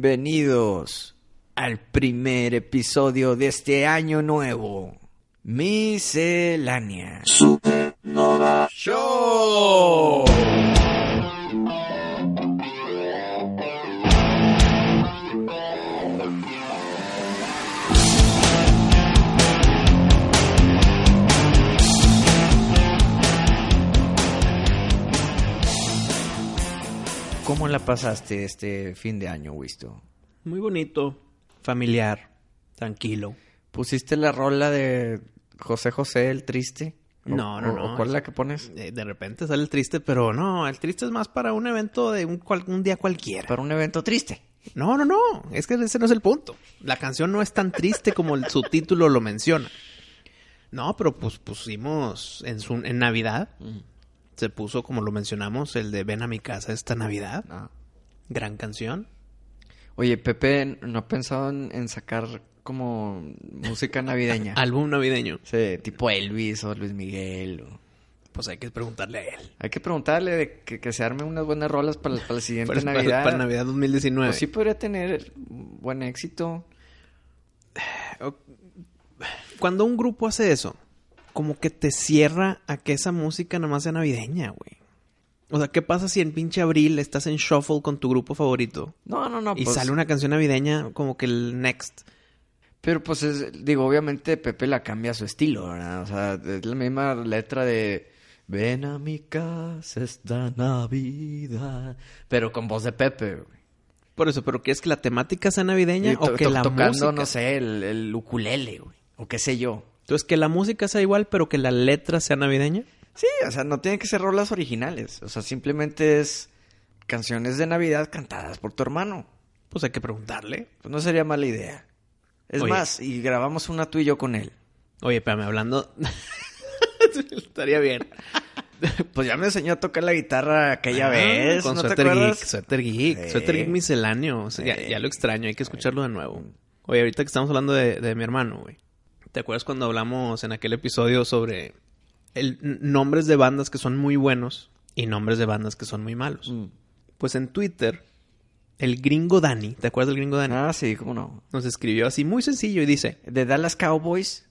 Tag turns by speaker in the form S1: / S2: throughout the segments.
S1: Bienvenidos al primer episodio de este año nuevo. Miscelánea. Supernova Show. ¿Cómo la pasaste este fin de año, Wisto?
S2: Muy bonito, familiar, tranquilo.
S1: ¿Pusiste la rola de José José, el triste? ¿O-
S2: No, no,
S1: o-
S2: no.
S1: o ¿Cuál es la que pones?
S2: Eh, De, de repente sale el triste, pero no, el triste es más para un evento de un, cual- un día cualquiera.
S1: Para un evento triste.
S2: No, no, no, es que ese no es el punto. La canción no es tan triste como el- su título lo menciona. No, pero pues pusimos en, su, en Navidad, se puso como lo mencionamos, el de Ven a mi casa esta Navidad.
S1: No.
S2: Gran canción.
S1: Ah. Oye, Pepe, ¿no ha pensado en, en sacar como música navideña?
S2: Álbum navideño.
S1: Sí, tipo Elvis o Luis Miguel. o-
S2: Pues hay que preguntarle a él.
S1: Hay que preguntarle de que, que se arme unas buenas rolas para, la- para la siguiente
S2: Para, para-
S1: Navidad.
S2: para Navidad 2019.
S1: Pues sí podría tener buen éxito.
S2: Cuando un grupo hace eso, como que te cierra a que esa música nada más sea navideña, güey. O sea, ¿qué pasa si en pinche abril estás en shuffle con tu grupo favorito
S1: No, no, no.
S2: y
S1: pues-
S2: sale una canción navideña como que el next?
S1: Pero pues es, digo, obviamente Pepe la cambia a su estilo, ¿verdad? O sea, es la misma letra de Ven a mi casa esta Navidad. Pero con voz de Pepe, güey.
S2: Por eso, ¿pero quieres que la temática sea navideña
S1: Y
S2: o
S1: to-
S2: que
S1: to-
S2: la
S1: tocando,
S2: música?
S1: no sé, el, el ukulele, güey. O qué sé yo.
S2: Entonces, que la música sea igual, pero que la letra sea navideña.
S1: Sí, o sea, no tienen que ser rolas originales. O sea, simplemente es canciones de Navidad cantadas por tu hermano.
S2: Pues hay que preguntarle.
S1: Pues no sería mala idea. Es
S2: Oye.
S1: más, y grabamos una tú y yo con él.
S2: Oye, espérame, hablando. Estaría bien.
S1: Pues ya me enseñó a tocar la guitarra aquella
S2: Ah,
S1: vez,
S2: Con
S1: ¿no te
S2: Suéter Geek,
S1: acuerdas?
S2: Suéter Geek,
S1: Sí.
S2: Suéter Geek misceláneo. O sea, ya-
S1: Sí.
S2: ya, lo extraño, hay que escucharlo de nuevo. Oye, ahorita que estamos hablando de, de mi hermano, güey. ¿Te acuerdas cuando hablamos en aquel episodio sobre el, n- nombres de bandas que son muy buenos y nombres de bandas que son muy malos?
S1: Mm.
S2: Pues en Twitter, el gringo Dani, ¿te acuerdas del gringo Dani?
S1: Ah, sí, cómo no.
S2: Nos escribió así muy sencillo y dice,
S1: ¿De Dallas Cowboys?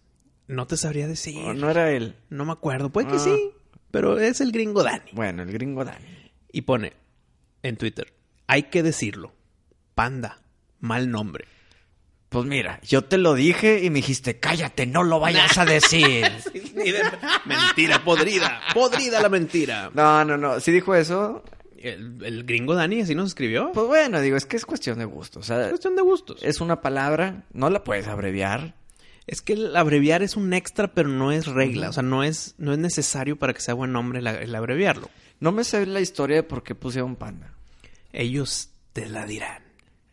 S2: no te sabría decir,
S1: ¿O
S2: no,
S1: Oh, no era él?
S2: me acuerdo, puede
S1: Ah.
S2: que sí, pero es el gringo Dani.
S1: Bueno, el gringo Dani.
S2: Y pone en Twitter, hay que decirlo, panda, mal nombre.
S1: Pues mira, yo te lo dije y me dijiste, cállate, no lo vayas a decir.
S2: mentira, podrida, podrida la mentira.
S1: no, no, no. ¿Sí dijo eso?
S2: El, el gringo Dani así nos escribió.
S1: Pues bueno, digo, es que es cuestión de gusto. O sea,
S2: Es cuestión de gustos.
S1: es una palabra, no la puedes abreviar.
S2: Es que el abreviar es un extra, pero no es regla. O sea, no es, no es necesario para que sea buen nombre la- el abreviarlo.
S1: No me sé la historia de por qué pusieron panda.
S2: Ellos te la dirán.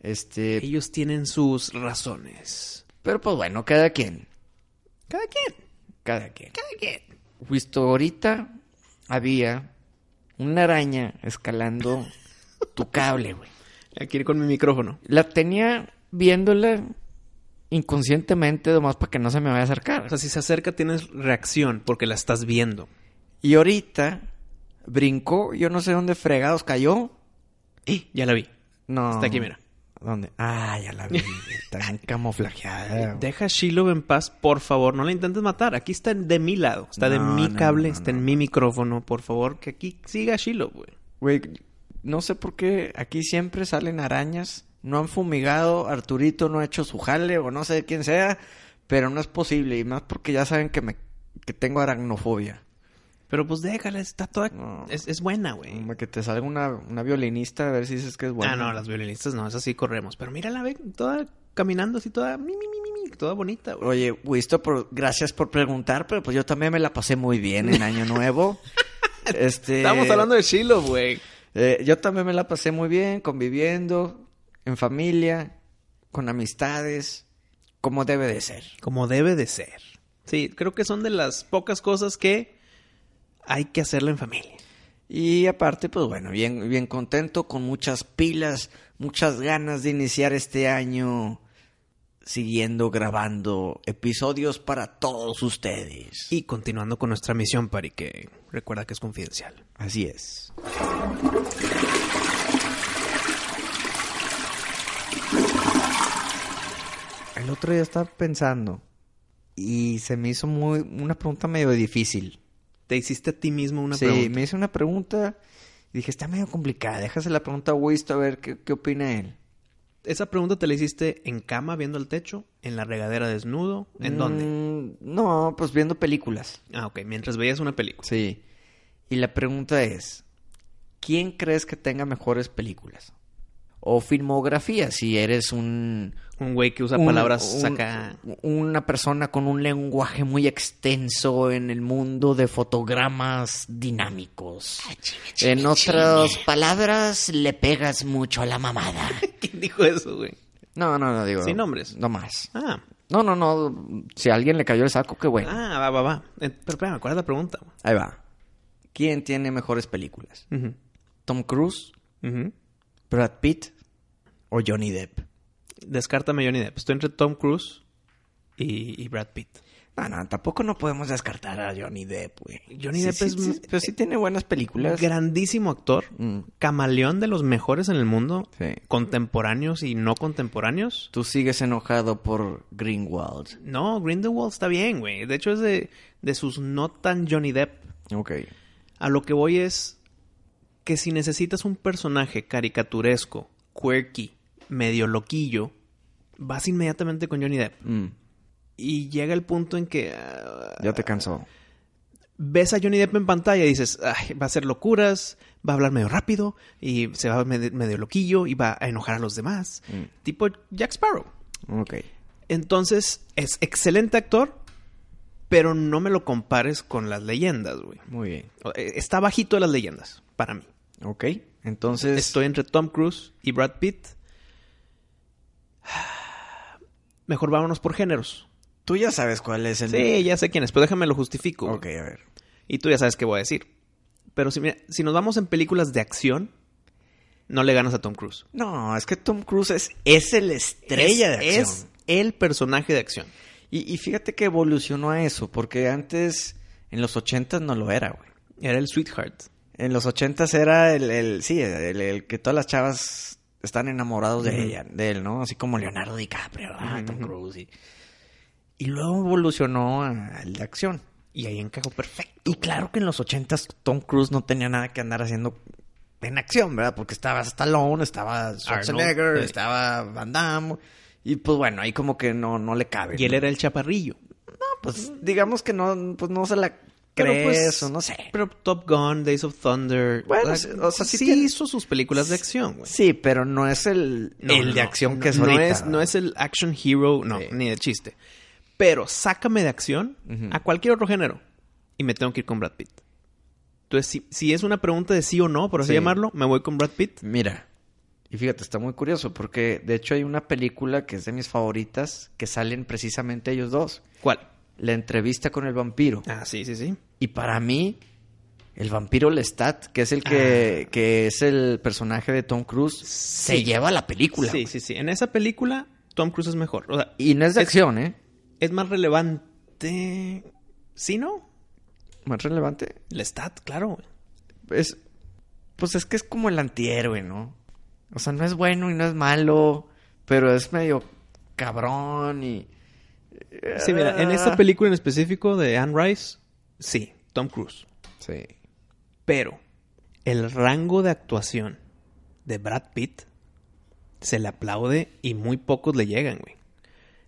S1: Este,
S2: Ellos tienen sus razones.
S1: pero pues bueno, cada quien,
S2: Cada quien,
S1: cada quien.
S2: cada quien.
S1: Visto ahorita había una araña escalando tu cable, güey.
S2: Aquí con mi micrófono.
S1: La tenía viéndola inconscientemente, nomás para que no se me vaya a acercar.
S2: O sea, si se acerca tienes reacción porque la estás viendo.
S1: Y ahorita brincó, yo no sé dónde fregados cayó.
S2: ¡Eh! Ya la vi.
S1: No.
S2: Está aquí, mira.
S1: ¿Dónde? Ah, ya la vi. Tan camuflajeada. güey.
S2: Deja a Shiloh en paz, por favor. No la intentes matar. Aquí está de mi lado. Está de
S1: No,
S2: mi
S1: no,
S2: cable,
S1: no,
S2: está
S1: no.
S2: en mi micrófono. Por favor, que aquí siga Shiloh, güey.
S1: Güey, no sé por qué aquí siempre salen arañas. No han fumigado, Arturito no ha hecho su jale o no sé quién sea, pero no es posible. Y más porque ya saben que, me, que tengo aracnofobia.
S2: Pero pues déjala, está toda...
S1: No.
S2: Es, es buena, güey.
S1: Como que te salga una, una violinista a ver si dices que es buena.
S2: Ah, no, las violinistas no, esas sí corremos. Pero mírala, ve, toda caminando así, toda... mi, mi, mi, mi, mi, toda bonita, güey.
S1: Oye, Wisto, por- gracias por preguntar, pero pues yo también me la pasé muy bien en Año Nuevo. este,
S2: Estamos hablando de Shiloh, güey.
S1: eh, yo también me la pasé muy bien, conviviendo, en familia, con amistades, como debe de ser.
S2: Como debe de ser. Sí, creo que son de las pocas cosas que hay que hacerla en familia.
S1: Y aparte, pues bueno, bien, bien contento, con muchas pilas, muchas ganas de iniciar este año siguiendo grabando episodios para todos ustedes.
S2: Y continuando con nuestra misión, Pari, que recuerda que es confidencial.
S1: Así es. el otro día estaba pensando y se me hizo muy una pregunta medio difícil.
S2: Te hiciste a ti mismo una
S1: sí,
S2: pregunta.
S1: me hizo una pregunta y dije, está medio complicada, déjase la pregunta a Wisto a ver qué, qué opina él.
S2: Esa pregunta te la hiciste en cama, viendo al techo, en la regadera desnudo, ¿en dónde?
S1: Mm, No, pues viendo películas.
S2: Ah, ok, mientras veías una película.
S1: Sí. Y la pregunta es, ¿quién crees que tenga mejores películas? O filmografía, si eres un...
S2: Un güey que usa
S1: un-
S2: palabras
S1: un-
S2: acá.
S1: Una persona con un lenguaje muy extenso en el mundo de fotogramas dinámicos. En otras palabras, le pegas mucho a la mamada.
S2: ¿Quién dijo eso, güey?
S1: No, no, no, digo...
S2: Sin nombres.
S1: No más.
S2: Ah,
S1: No, no, no. Si a alguien le cayó el saco, qué bueno.
S2: ah, va, va, va. Eh, Pero espérame, ¿cuál es la pregunta? güey?
S1: Ahí va. ¿Quién tiene mejores películas?
S2: Ujú,
S1: ¿Tom Cruise?
S2: ujú.
S1: ¿Brad Pitt? ¿O Johnny Depp?
S2: Descártame Johnny Depp. Pues Estoy entre Tom Cruise y, y Brad Pitt.
S1: No, no, tampoco no podemos descartar a Johnny Depp, güey.
S2: Johnny
S1: Sí,
S2: Depp
S1: sí,
S2: es
S1: sí,
S2: mu-
S1: pero sí tiene buenas películas.
S2: Grandísimo actor.
S1: Mm.
S2: Camaleón de los mejores en el mundo.
S1: Sí.
S2: Contemporáneos y no contemporáneos.
S1: Tú sigues enojado por Greenwald.
S2: No, Grindelwald está bien, güey. De hecho, es de, de sus no tan Johnny Depp.
S1: Ok.
S2: A lo que voy es que si necesitas un personaje caricaturesco, quirky, medio loquillo, vas inmediatamente con Johnny Depp.
S1: Mm,
S2: Y llega el punto en que ah,
S1: Ya te cansó.
S2: ves a Johnny Depp en pantalla y dices, "Ay, va a hacer locuras, va a hablar medio rápido y se va a med- medio loquillo y va a enojar a los demás.
S1: Mm.
S2: Tipo Jack Sparrow.
S1: Ok.
S2: Entonces, es excelente actor, pero no me lo compares con las leyendas, güey.
S1: Muy bien.
S2: O- eh, Está bajito de las leyendas, para mí.
S1: Ok. Entonces.
S2: Estoy entre Tom Cruise y Brad Pitt. Mejor vámonos por géneros.
S1: Tú ya sabes cuál es el.
S2: Sí, ya sé quién es, pero déjame lo justifico. güey.
S1: Ok, a ver.
S2: Y tú ya sabes qué voy a decir. Pero si, mira, si nos vamos en películas de acción, no le ganas a Tom Cruise.
S1: No, es que Tom Cruise es, es el estrella
S2: Es-
S1: de acción.
S2: Es el personaje de acción.
S1: Y, y fíjate que evolucionó a eso, porque antes, en los ochentas no lo era, güey.
S2: Era el sweetheart.
S1: En los ochentas era el, el sí, el, el que todas las chavas están enamorados de
S2: Ujú.
S1: ella, de él, ¿no? Así como Leonardo DiCaprio, ah, Tom
S2: Ujú.
S1: Cruise. Y, y luego evolucionó a- al de acción.
S2: Y ahí encajó perfecto.
S1: Y claro que en los ochentas Tom Cruise no tenía nada que andar haciendo en acción, ¿verdad? Porque estaba Stallone, estaba Schwarzenegger,
S2: Arnold, sí.
S1: estaba Van Damme. Y pues bueno, ahí como que no, no le cabe.
S2: Y él
S1: ¿no?
S2: era el chaparrillo.
S1: pues digamos que no, pues no se la
S2: Pero,
S1: crees
S2: pues,
S1: o no sé.
S2: Pero Top Gun, Days of Thunder.
S1: Bueno,
S2: o
S1: sí,
S2: sea,
S1: o sea, sí
S2: sí
S1: tiene-
S2: hizo sus películas de acción, güey.
S1: Sí, pero no es el,
S2: No,
S1: el
S2: no,
S1: de acción
S2: no,
S1: que es
S2: no
S1: ahorita.
S2: Es, no es el action hero, no,
S1: Sí.
S2: ni de chiste. Pero sácame de acción
S1: Ujú.
S2: a cualquier otro género y me tengo que ir con Brad Pitt. Entonces, si, si es una pregunta de sí o no, por así
S1: Sí.
S2: llamarlo, me voy con Brad Pitt.
S1: Mira, y fíjate, está muy curioso porque de hecho hay una película que es de mis favoritas que salen precisamente ellos dos.
S2: ¿Cuál?
S1: La entrevista con el vampiro.
S2: Ah, sí, sí, sí.
S1: Y para mí, el vampiro Lestat, que es el que, que es el personaje de Tom Cruise, se
S2: Ah. Sí.
S1: lleva la película.
S2: Sí, sí, sí. En esa película, Tom Cruise es mejor. O sea,
S1: Y no es de
S2: Es-
S1: acción, ¿eh?
S2: es más relevante. ¿Sí, no?
S1: Más relevante.
S2: Lestat, claro. güey.
S1: es pues es que es como el antihéroe, ¿no? O sea, no es bueno y no es malo, pero es medio cabrón y
S2: Sí, mira, en
S1: Ah.
S2: esta película en específico de Anne Rice, sí, Tom Cruise.
S1: sí.
S2: Pero el rango de actuación de Brad Pitt se le aplaude y muy pocos le llegan, güey.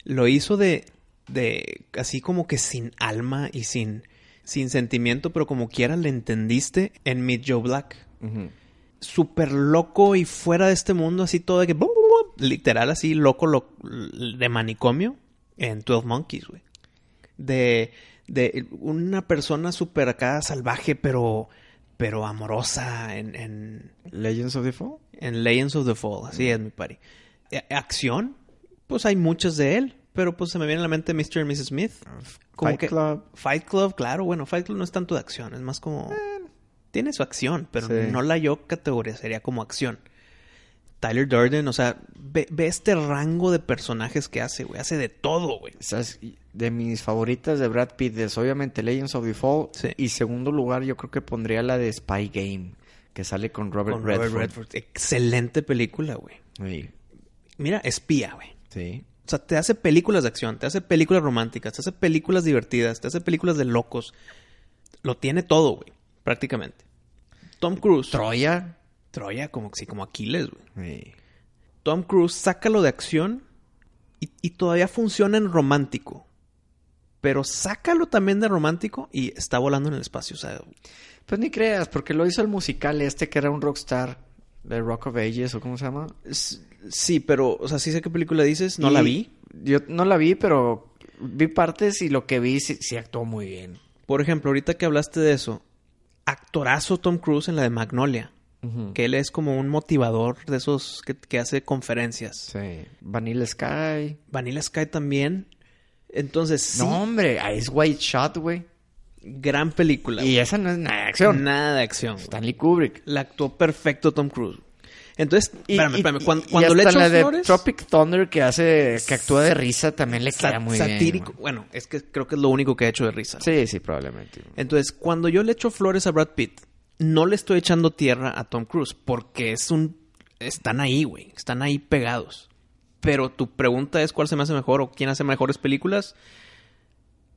S2: Lo hizo de, de así como que sin alma y sin, sin sentimiento, pero como quiera le entendiste en Meet Joe Black. Súper loco y fuera de este mundo, así todo de que... blu, blu, blu, literal, así loco lo- de manicomio en 12 Monkeys, güey. De, de una persona súper acá salvaje, pero, pero amorosa en- en,
S1: Legends of the Fall.
S2: en Legends of the Fall, así es mi pari. Eh, Acción, pues hay muchas de él, pero pues se me viene a la mente Mr. y Mrs. Smith.
S1: Fight Club.
S2: Fight Club, claro, bueno, Fight Club no es tanto de acción, es más como... Tiene su acción, pero
S1: Sí.
S2: no la yo categorizaría como acción. Tyler Durden, o sea, ve, ve este rango de personajes que hace, güey. Hace de todo, güey.
S1: ¿Sabes? De mis favoritas de Brad Pitt es obviamente Legends of the Fall.
S2: Sí.
S1: Y segundo lugar yo creo que pondría la de Spy Game, que sale con Robert
S2: Con Robert
S1: Redford.
S2: Redford. Excelente película, güey.
S1: Sí.
S2: Mira, espía, güey.
S1: Sí.
S2: O sea, te hace películas de acción, te hace películas románticas, te hace películas divertidas, te hace películas de locos. Lo tiene todo, güey, prácticamente. Tom Cruise.
S1: Troya.
S2: Troya, como, sí, como Aquiles, güey. Tom Cruise, sácalo de acción y, y todavía funciona en romántico. Pero sácalo también de romántico y está volando en el espacio. O sea,
S1: Pues ni creas, porque lo hizo el musical este que era un rockstar de Rock of Ages o cómo se llama.
S2: s- sí, pero, o sea, sí sé qué película dices, no la
S1: Y
S2: vi.
S1: Yo no la vi, pero vi partes y lo que vi sí, sí actuó muy bien.
S2: Por ejemplo, ahorita que hablaste de eso, actorazo Tom Cruise en la de Magnolia.
S1: Mm.
S2: Que él es como un motivador de esos que, que hace conferencias.
S1: Sí. Vanilla Sky.
S2: Vanilla Sky también. Entonces, sí,
S1: No, hombre, Ice White Shot, güey.
S2: gran película.
S1: Y
S2: güey.
S1: esa no es nada de acción.
S2: Nada de acción. güey.
S1: Stanley Kubrick.
S2: La actuó perfecto Tom Cruise. Entonces,
S1: Y-
S2: espérame,
S1: y-
S2: espérame.
S1: y-
S2: Cuando,
S1: y
S2: cuando le
S1: hasta
S2: echas
S1: la de
S2: flores,
S1: Tropic Thunder que hace, que actúa de risa también le
S2: sa-
S1: queda muy
S2: satírico.
S1: bien.
S2: bueno, es que creo que es lo único que ha hecho de risa.
S1: güey. Sí, sí, probablemente.
S2: Entonces, cuando yo le echo flores a Brad Pitt, no le estoy echando tierra a Tom Cruise, porque es un... Están ahí, güey. Están ahí pegados. Pero tu pregunta es cuál se me hace mejor o quién hace mejores películas.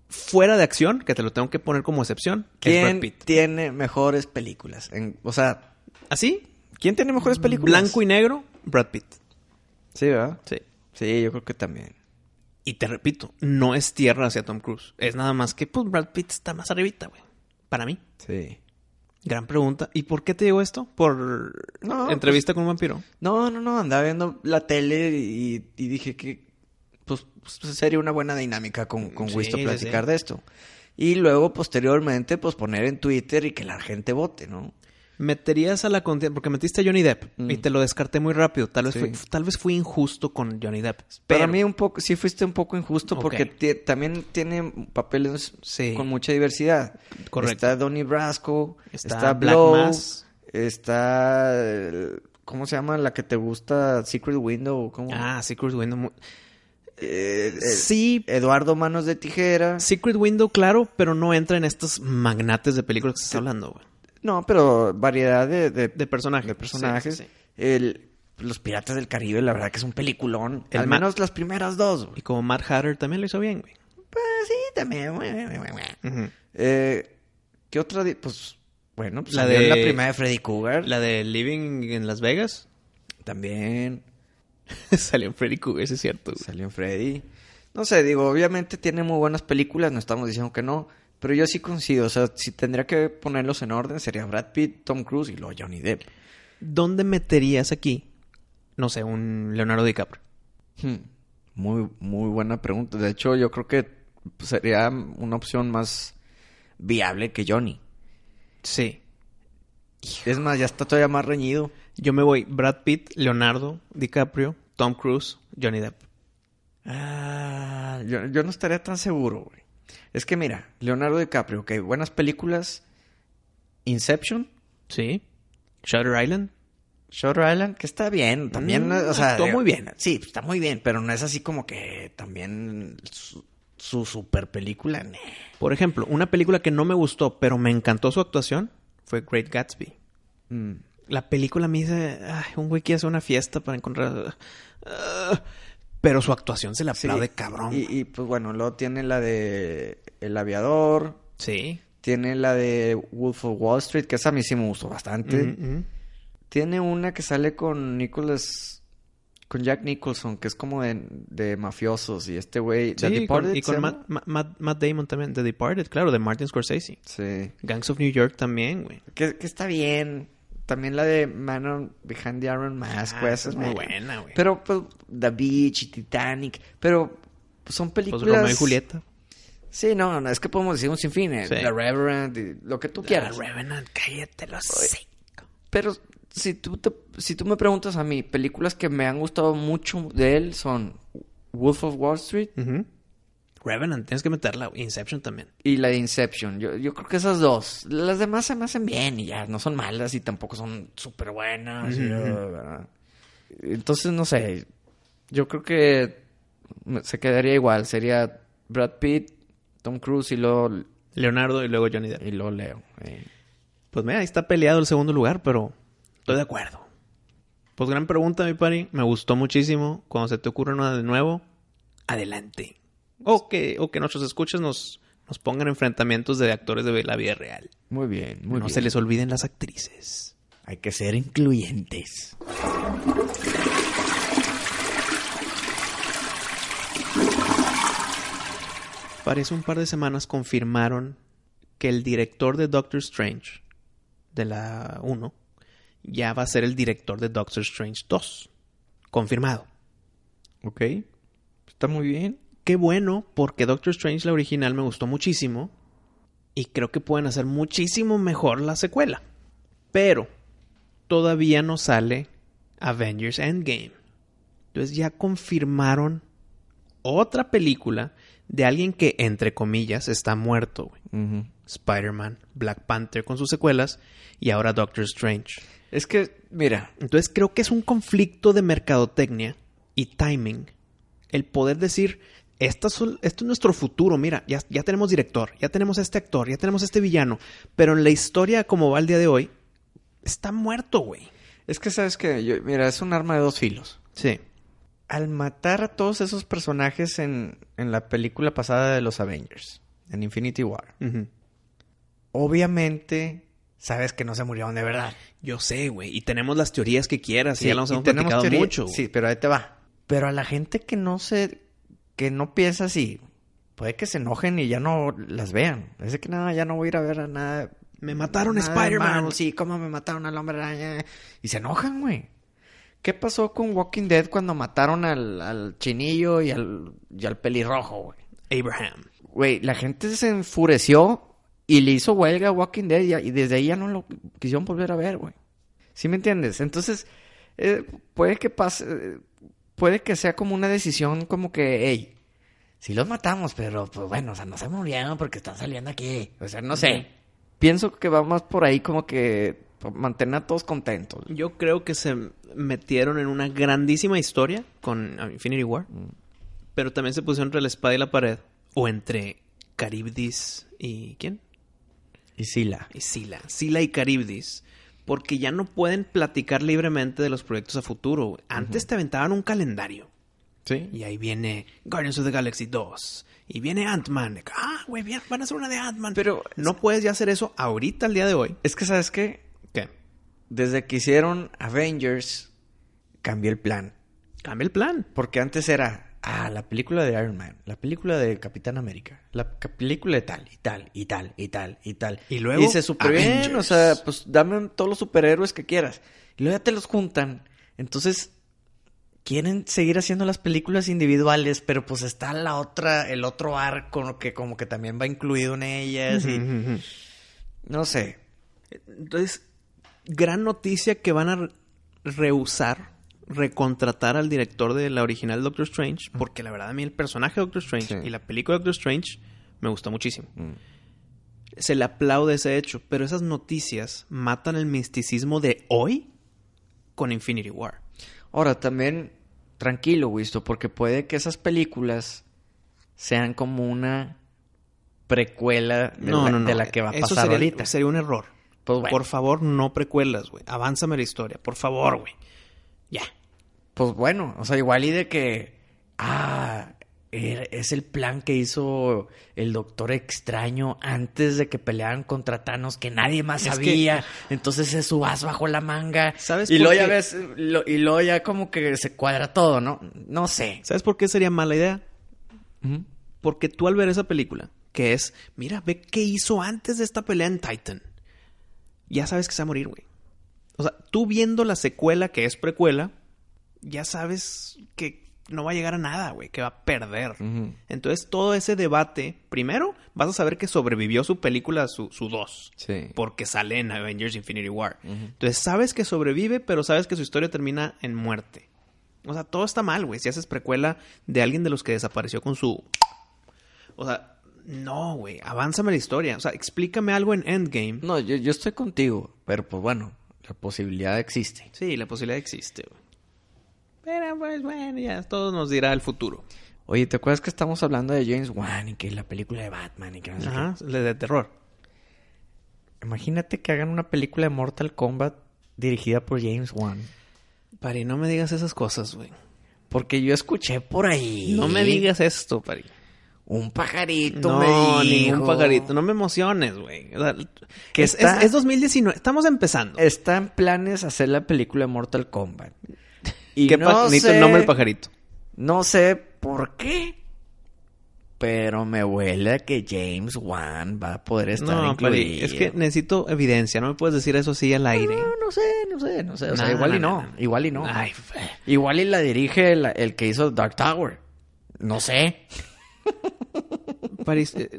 S2: Fuera de acción, que te lo tengo que poner como excepción, es Brad
S1: ¿Quién
S2: Pitt.
S1: tiene mejores películas? En- o sea,
S2: ¿Así?
S1: ¿quién tiene mejores películas?
S2: ¿Ah, Mm, Blanco y negro, Brad Pitt.
S1: Sí, ¿verdad?
S2: Sí.
S1: Sí, yo creo que también.
S2: Y te repito, no es tierra hacia Tom Cruise. Es nada más que, pues, Brad Pitt está más arribita, güey. Para mí.
S1: Sí.
S2: Gran pregunta. ¿Y por qué te digo esto? ¿Por
S1: No, pues
S2: entrevista con un vampiro?
S1: No, no, no, andaba viendo la tele y, y dije que pues, pues, sería una buena dinámica con, con
S2: Sí,
S1: Wisto
S2: sí,
S1: platicar
S2: sí.
S1: de esto. Y luego, posteriormente, pues poner en Twitter y que la gente vote, ¿no?
S2: ¿Meterías a la contienda? Porque metiste a Johnny Depp
S1: Mm.
S2: y te lo descarté muy rápido. Tal vez,
S1: Sí.
S2: fui, tal vez fui injusto con Johnny Depp.
S1: Para
S2: Pero
S1: mí un poco, sí fuiste un poco injusto
S2: Ok.
S1: porque ti- también tiene papeles
S2: Sí.
S1: con mucha diversidad.
S2: Correcto.
S1: Está Donnie Brasco,
S2: Está
S1: está,
S2: Black
S1: Blow,
S2: Mass.
S1: está el- ¿cómo se llama la que te gusta? Secret Window, ¿cómo?
S2: Ah, Secret Window. mu-
S1: Eh, eh,
S2: Sí,
S1: Eduardo Manos de Tijera.
S2: Secret Window, claro, pero no entra en estos magnates de películas que estás hablando, güey.
S1: No, pero variedad de, de-
S2: De personajes.
S1: de personajes.
S2: Sí, sí, sí.
S1: El- los Piratas del Caribe, la verdad que es un peliculón.
S2: El
S1: Al
S2: ma-
S1: menos las primeras dos. güey.
S2: Y como Matt Hatter también lo hizo bien, güey.
S1: Pues sí, también. güey, güey, güey, güey. Eh, ¿Qué otra? di- Pues bueno, pues
S2: La
S1: la, de... la
S2: de-
S1: primera de Freddy Cougar.
S2: La de Living en Las Vegas.
S1: También
S2: Salió en Freddy Cougar, sí es cierto. güey.
S1: salió en Freddy. No sé, digo, obviamente tiene muy buenas películas, no estamos diciendo que no. Pero yo sí coincido, o sea, si tendría que ponerlos en orden sería Brad Pitt, Tom Cruise y luego Johnny Depp.
S2: ¿Dónde meterías aquí, no sé, un Leonardo DiCaprio?
S1: Hmm. Muy, muy buena pregunta. De hecho, yo creo que sería una opción más viable que Johnny.
S2: Sí.
S1: Es más, ya está todavía más reñido.
S2: Yo me voy Brad Pitt, Leonardo DiCaprio, Tom Cruise, Johnny Depp.
S1: Ah, yo, yo no estaría tan seguro, güey. Es que mira, Leonardo DiCaprio, ok, buenas películas. Inception,
S2: Sí. Shutter Island.
S1: Shutter Island, que está bien, también,
S2: Mm,
S1: o sea...
S2: actuó
S1: digo,
S2: muy bien.
S1: Sí, está muy bien, pero no es así como que también su, su super película,
S2: Por ejemplo, una película que no me gustó, pero me encantó su actuación, fue Great Gatsby. Mm. La película me dice, ay, un güey que hace una fiesta para encontrar... ah", pero su actuación se la aplaude cabrón.
S1: Y, y, pues bueno, luego tiene la de El Aviador,
S2: Sí.
S1: tiene la de Wolf of Wall Street, que esa a mí sí me gustó bastante.
S2: Mm, mm.
S1: Tiene una que sale con Nicholas, con Jack Nicholson, que es como de, de mafiosos y este güey.
S2: Sí,
S1: The
S2: y con-
S1: Departed, ¿se
S2: y con
S1: llama?
S2: Matt, Ma- Matt- Matt Damon también, The Departed, claro, de Martin Scorsese.
S1: Sí.
S2: Gangs of New York también, güey.
S1: Que, que está bien. También la de Man on- Behind the Iron Mask,
S2: Ah,
S1: güey, esa
S2: esa es muy
S1: me-
S2: buena, güey.
S1: Pero, pues, The Beach y Titanic. Pero pues, son
S2: Pues
S1: películas.
S2: Romeo y Julieta.
S1: Sí, no, no, es que podemos decir un sinfín. eh,
S2: Sí.
S1: The Reverend, y lo que tú
S2: Ah,
S1: quieras.
S2: Revenant, cállate los cinco.
S1: Pero si tú, te- si tú me preguntas a mí, películas que me han gustado mucho de él son Wolf of Wall Street
S2: Revenant, tienes que meterla. güey. Inception también.
S1: y la de Inception. Yo, yo creo que esas dos. Las demás se me hacen bien y ya no son malas y tampoco son súper buenas. y, uh, Entonces, no sé. Yo creo que me- se quedaría igual. Sería Brad Pitt, Tom Cruise y luego,
S2: Leonardo y luego Johnny Depp.
S1: y luego Leo. eh.
S2: Pues mira, ahí está peleado el segundo lugar, pero estoy de acuerdo. Pues gran pregunta, mi pari. Me gustó muchísimo. Cuando se te ocurra una de nuevo, adelante. O que, o que nuestros escuchas nos, nos pongan enfrentamientos de actores de la vida real.
S1: Muy bien, muy
S2: no
S1: bien.
S2: se les olviden las actrices.
S1: Hay que ser incluyentes.
S2: Parece un par de semanas confirmaron que el director de Doctor Strange, de la 1, ya va a ser el director de Doctor Strange 2. Confirmado.
S1: Ok. Está muy bien.
S2: Qué bueno, porque Doctor Strange, la original, me gustó muchísimo. Y creo que pueden hacer muchísimo mejor la secuela. Pero todavía no sale Avengers Endgame. Entonces ya confirmaron otra película de alguien que, entre comillas, está muerto. güey. Spider-Man, Black Panther con sus secuelas y ahora Doctor Strange.
S1: Es que, mira,
S2: Entonces creo que es un conflicto de mercadotecnia y timing. El poder decir, "Estas son- esto es nuestro futuro, mira, ya, ya tenemos director, ya tenemos este actor, ya tenemos este villano, pero en la historia como va el día de hoy, está muerto, güey.
S1: es que sabes que, yo- mira, es un arma de dos filos.
S2: Sí.
S1: al matar a todos esos personajes en, en la película pasada de los Avengers, en Infinity War, obviamente sabes que no se murieron de verdad.
S2: Yo sé, güey, y tenemos las teorías que quieras, y ya las
S1: y
S2: hemos
S1: tenemos
S2: platicado
S1: teoría-
S2: mucho. güey.
S1: Sí, pero ahí te va. Pero a la gente que no se, que no piensa así, puede que se enojen y ya no las vean. Es de que nada, ya no voy a ir a ver a nada.
S2: Me mataron a
S1: nada de
S2: Spider-Man.
S1: Marvel, Sí, cómo me mataron al hombre araña. Y se enojan, güey. ¿Qué pasó con Walking Dead cuando mataron al, al chinillo y al, y al pelirrojo, güey?
S2: Abraham.
S1: Güey, la gente se enfureció y le hizo huelga a Walking Dead y, y desde ahí ya no lo quisieron volver a ver, güey. ¿Sí me entiendes? Entonces, eh, puede que pase, eh, puede que sea como una decisión como que, hey, si los matamos, pero pues bueno, o sea, no se murieron porque están saliendo aquí. O sea, no sé. Pienso que va más por ahí como que por mantener a todos contentos.
S2: Yo creo que se metieron en una grandísima historia con uh, Infinity War. Pero también se pusieron entre la espada y la pared. O entre Caribdis y. ¿Quién?
S1: Y Sila.
S2: Y Sila. Sila y Caribdis. Porque ya no pueden platicar libremente de los proyectos a futuro. güey. Antes te aventaban un calendario.
S1: Sí.
S2: Y ahí viene Guardians of the Galaxy 2. Y viene Ant-Man. Ah, güey, bien, van a hacer una de Ant-Man. Pero no puedes ya hacer eso ahorita, al día de hoy.
S1: Es que, ¿sabes qué?
S2: ¿Qué?
S1: Desde que hicieron Avengers, cambió el plan.
S2: Cambia el plan.
S1: Porque antes era, ah, la película de Iron Man, la película de Capitán América, la ca- película de tal, y tal, y tal, y tal, y tal.
S2: Y luego,
S1: Y se super bien,
S2: Avengers.
S1: o sea, pues dame todos los superhéroes que quieras. Y luego ya te los juntan. Entonces, quieren seguir haciendo las películas individuales, pero pues está la otra, el otro arco que como que también va incluido en ellas. y- no sé.
S2: Entonces, gran noticia que van a re- rehusar recontratar al director de la original Doctor Strange, porque la verdad a mí el personaje de Doctor Strange
S1: Sí.
S2: y la película de Doctor Strange me gustó muchísimo. Se le aplaude ese hecho, pero esas noticias matan el misticismo de hoy con Infinity War.
S1: Ahora, también, tranquilo, Wisto, porque puede que esas películas sean como una precuela de, la, de la que va a
S2: eso
S1: pasar
S2: sería,
S1: ahorita.
S2: Sería un error.
S1: Pues bueno.
S2: Por favor, no precuelas, güey. Avánzame la historia, por favor, güey. Ya.
S1: Pues bueno, o sea, igual y de que, ah, er- es el plan que hizo el Doctor Extraño antes de que pelearan contra Thanos, que nadie más
S2: Es que-
S1: sabía, entonces es su as bajo la manga.
S2: ¿Sabes
S1: Y
S2: por
S1: luego ya
S2: qué?
S1: ves, lo- y luego ya como que se cuadra todo, ¿no? No sé.
S2: ¿Sabes por qué sería mala idea? Porque tú al ver esa película, que es, mira, ve qué hizo antes de esta pelea en Titan. Ya sabes que se va a morir, güey. O sea, tú viendo la secuela que es precuela, ya sabes que no va a llegar a nada, güey, que va a perder.
S1: Ujú.
S2: Entonces, todo ese debate, primero, vas a saber que sobrevivió su película, su 2.
S1: Sí. Mm.
S2: Porque sale en Avengers Infinity War. Entonces, sabes que sobrevive, pero sabes que su historia termina en muerte. O sea, todo está mal, güey. Si haces precuela de alguien de los que desapareció con su... O sea, no, güey. Avánzame la historia. O sea, explícame algo en Endgame.
S1: No, yo, yo estoy contigo, pero pues bueno, la posibilidad existe.
S2: Sí, la posibilidad existe, güey. Pero pues bueno, ya todo nos dirá el futuro.
S1: Oye, ¿te acuerdas que estamos hablando de James Wan y que la película de Batman y que no sé
S2: Ajá, le de terror.
S1: qué? Imagínate que hagan una película de Mortal Kombat dirigida por James Wan.
S2: Pari, no me digas esas cosas, güey.
S1: Porque yo escuché por ahí.
S2: No me digas esto, Pari.
S1: Un pajarito
S2: No,
S1: me dijo.
S2: ningún pajarito. No me emociones, güey. O sea,
S1: Que
S2: es,
S1: está-
S2: es- es 2019. Estamos empezando.
S1: Está en planes hacer la película de Mortal Kombat. Y
S2: ¿Qué
S1: no
S2: pa- Necesito
S1: sé,
S2: el nombre del pajarito.
S1: No sé por qué. Pero me huele a que James Wan va a poder estar
S2: No, Pari.
S1: incluido.
S2: Es que necesito evidencia. No me puedes decir eso así al aire.
S1: No, no sé, no sé, no sé. O sea,
S2: No,
S1: igual y
S2: no,
S1: no,
S2: no, no.
S1: Igual y no.
S2: Ay, fe-
S1: Igual y la dirige el, el que hizo Dark Tower. No sé.
S2: París, eh,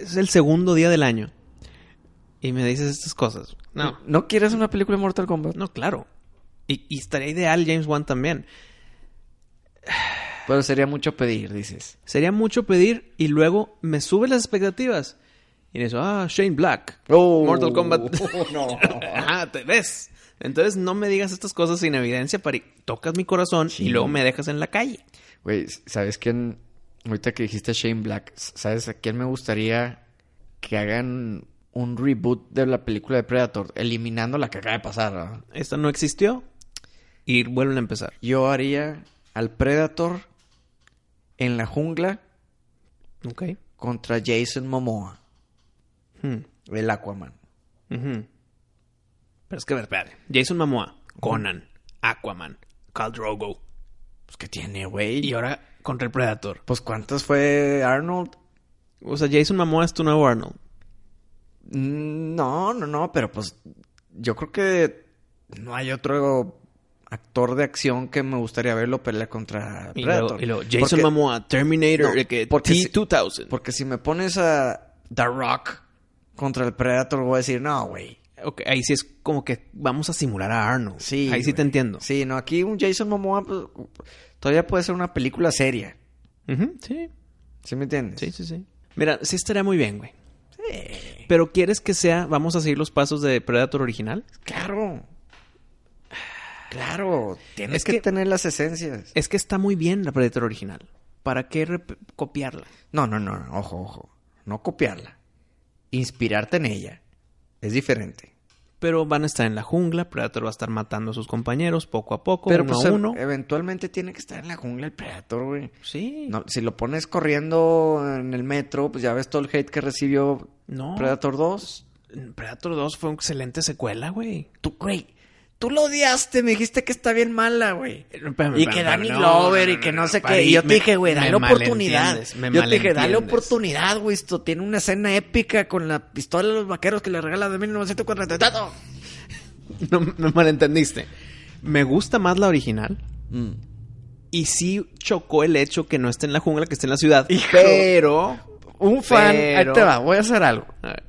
S2: es el segundo día del año. Y me dices estas cosas. No,
S1: ¿No quieres una película de Mortal Kombat?
S2: no, claro. Y, y estaría ideal James Wan también.
S1: Pero sería mucho pedir, dices.
S2: Sería mucho pedir y luego me sube las expectativas. Y en eso, ah, Shane Black. Mortal Kombat.
S1: no.
S2: Ajá, te ves. Entonces no me digas estas cosas sin evidencia, Pari. Tocas mi corazón
S1: Sí.
S2: y luego me dejas en la calle.
S1: Güey, ¿sabes quién? Ahorita que dijiste Shane Black, ¿sabes a quién me gustaría que hagan un reboot de la película de Predator? Eliminando la que acaba de pasar, ah? ¿no?
S2: Esta no existió. Y vuelven a empezar.
S1: Yo haría al Predator en la jungla
S2: Ok.
S1: contra Jason Momoa,
S2: Hmm.
S1: el Aquaman.
S2: Ujú. Pero es que, a ver, espérate. Jason Momoa, Conan, Aquaman, Khal Drogo.
S1: Pues que tiene,
S2: Y
S1: güey.
S2: ahora contra el Predator.
S1: Pues cuántas fue Arnold?
S2: O sea, Jason Momoa es tu nuevo Arnold.
S1: Mm, No, no, no, pero pues yo creo que no hay otro actor de acción que me gustaría verlo pelear contra
S2: Y
S1: Predator.
S2: luego, y luego Jason
S1: porque,
S2: Momoa, Terminator,
S1: No,
S2: de que
S1: porque si-
S2: T-2000.
S1: porque si me pones a The Rock contra el Predator, voy a decir, no, güey.
S2: Ok, ahí sí es como que vamos a simular a Arnold.
S1: Sí.
S2: Ahí sí
S1: güey.
S2: te entiendo.
S1: Sí, no, aquí un Jason Momoa pues, todavía puede ser una película seria.
S2: Ujú, sí,
S1: ¿Sí me entiendes?
S2: sí, sí, sí. Mira, sí estaría muy bien, güey.
S1: Sí,
S2: Pero ¿quieres que sea, vamos a seguir los pasos de Predator original?
S1: claro. Claro, tienes
S2: Es
S1: que,
S2: que-
S1: tener las esencias.
S2: Es que está muy bien la Predator original. ¿Para qué rep- copiarla?
S1: No, no, no, no, ojo, ojo. No copiarla. Inspirarte en ella. Es diferente.
S2: Pero van a estar en la jungla, Predator va a estar matando a sus compañeros poco a poco,
S1: Pero
S2: uno
S1: pues,
S2: a
S1: ev-
S2: uno.
S1: eventualmente tiene que estar en la jungla el Predator, güey.
S2: sí. No,
S1: No, si lo pones corriendo en el metro, pues ya ves todo el hate que recibió Predator 2.
S2: Predator 2 fue una excelente secuela, güey.
S1: Tú, güey, tú lo odiaste, me dijiste que está bien mala, güey.
S2: Eh, espérame,
S1: Y
S2: espérame,
S1: que Danny
S2: espérame, no,
S1: Glover
S2: no,
S1: y
S2: no,
S1: que
S2: no,
S1: no sé
S2: para
S1: qué.
S2: ahí
S1: Y yo
S2: me-
S1: te dije, güey,
S2: me
S1: dale oportunidad.
S2: malentiendes, me
S1: Yo te dije, dale
S2: malentiendes.
S1: oportunidad, güey. Esto tiene una escena épica con la pistola de los vaqueros que le regala de 1940. ¡Tato!
S2: No, no malentendiste. Mm. Me gusta más la original. Y sí chocó el hecho que no esté en la jungla, que esté en la ciudad.
S1: Hijo.
S2: Pero...
S1: Un fan,
S2: Pero-
S1: ahí te va, voy a hacer algo.
S2: A ver,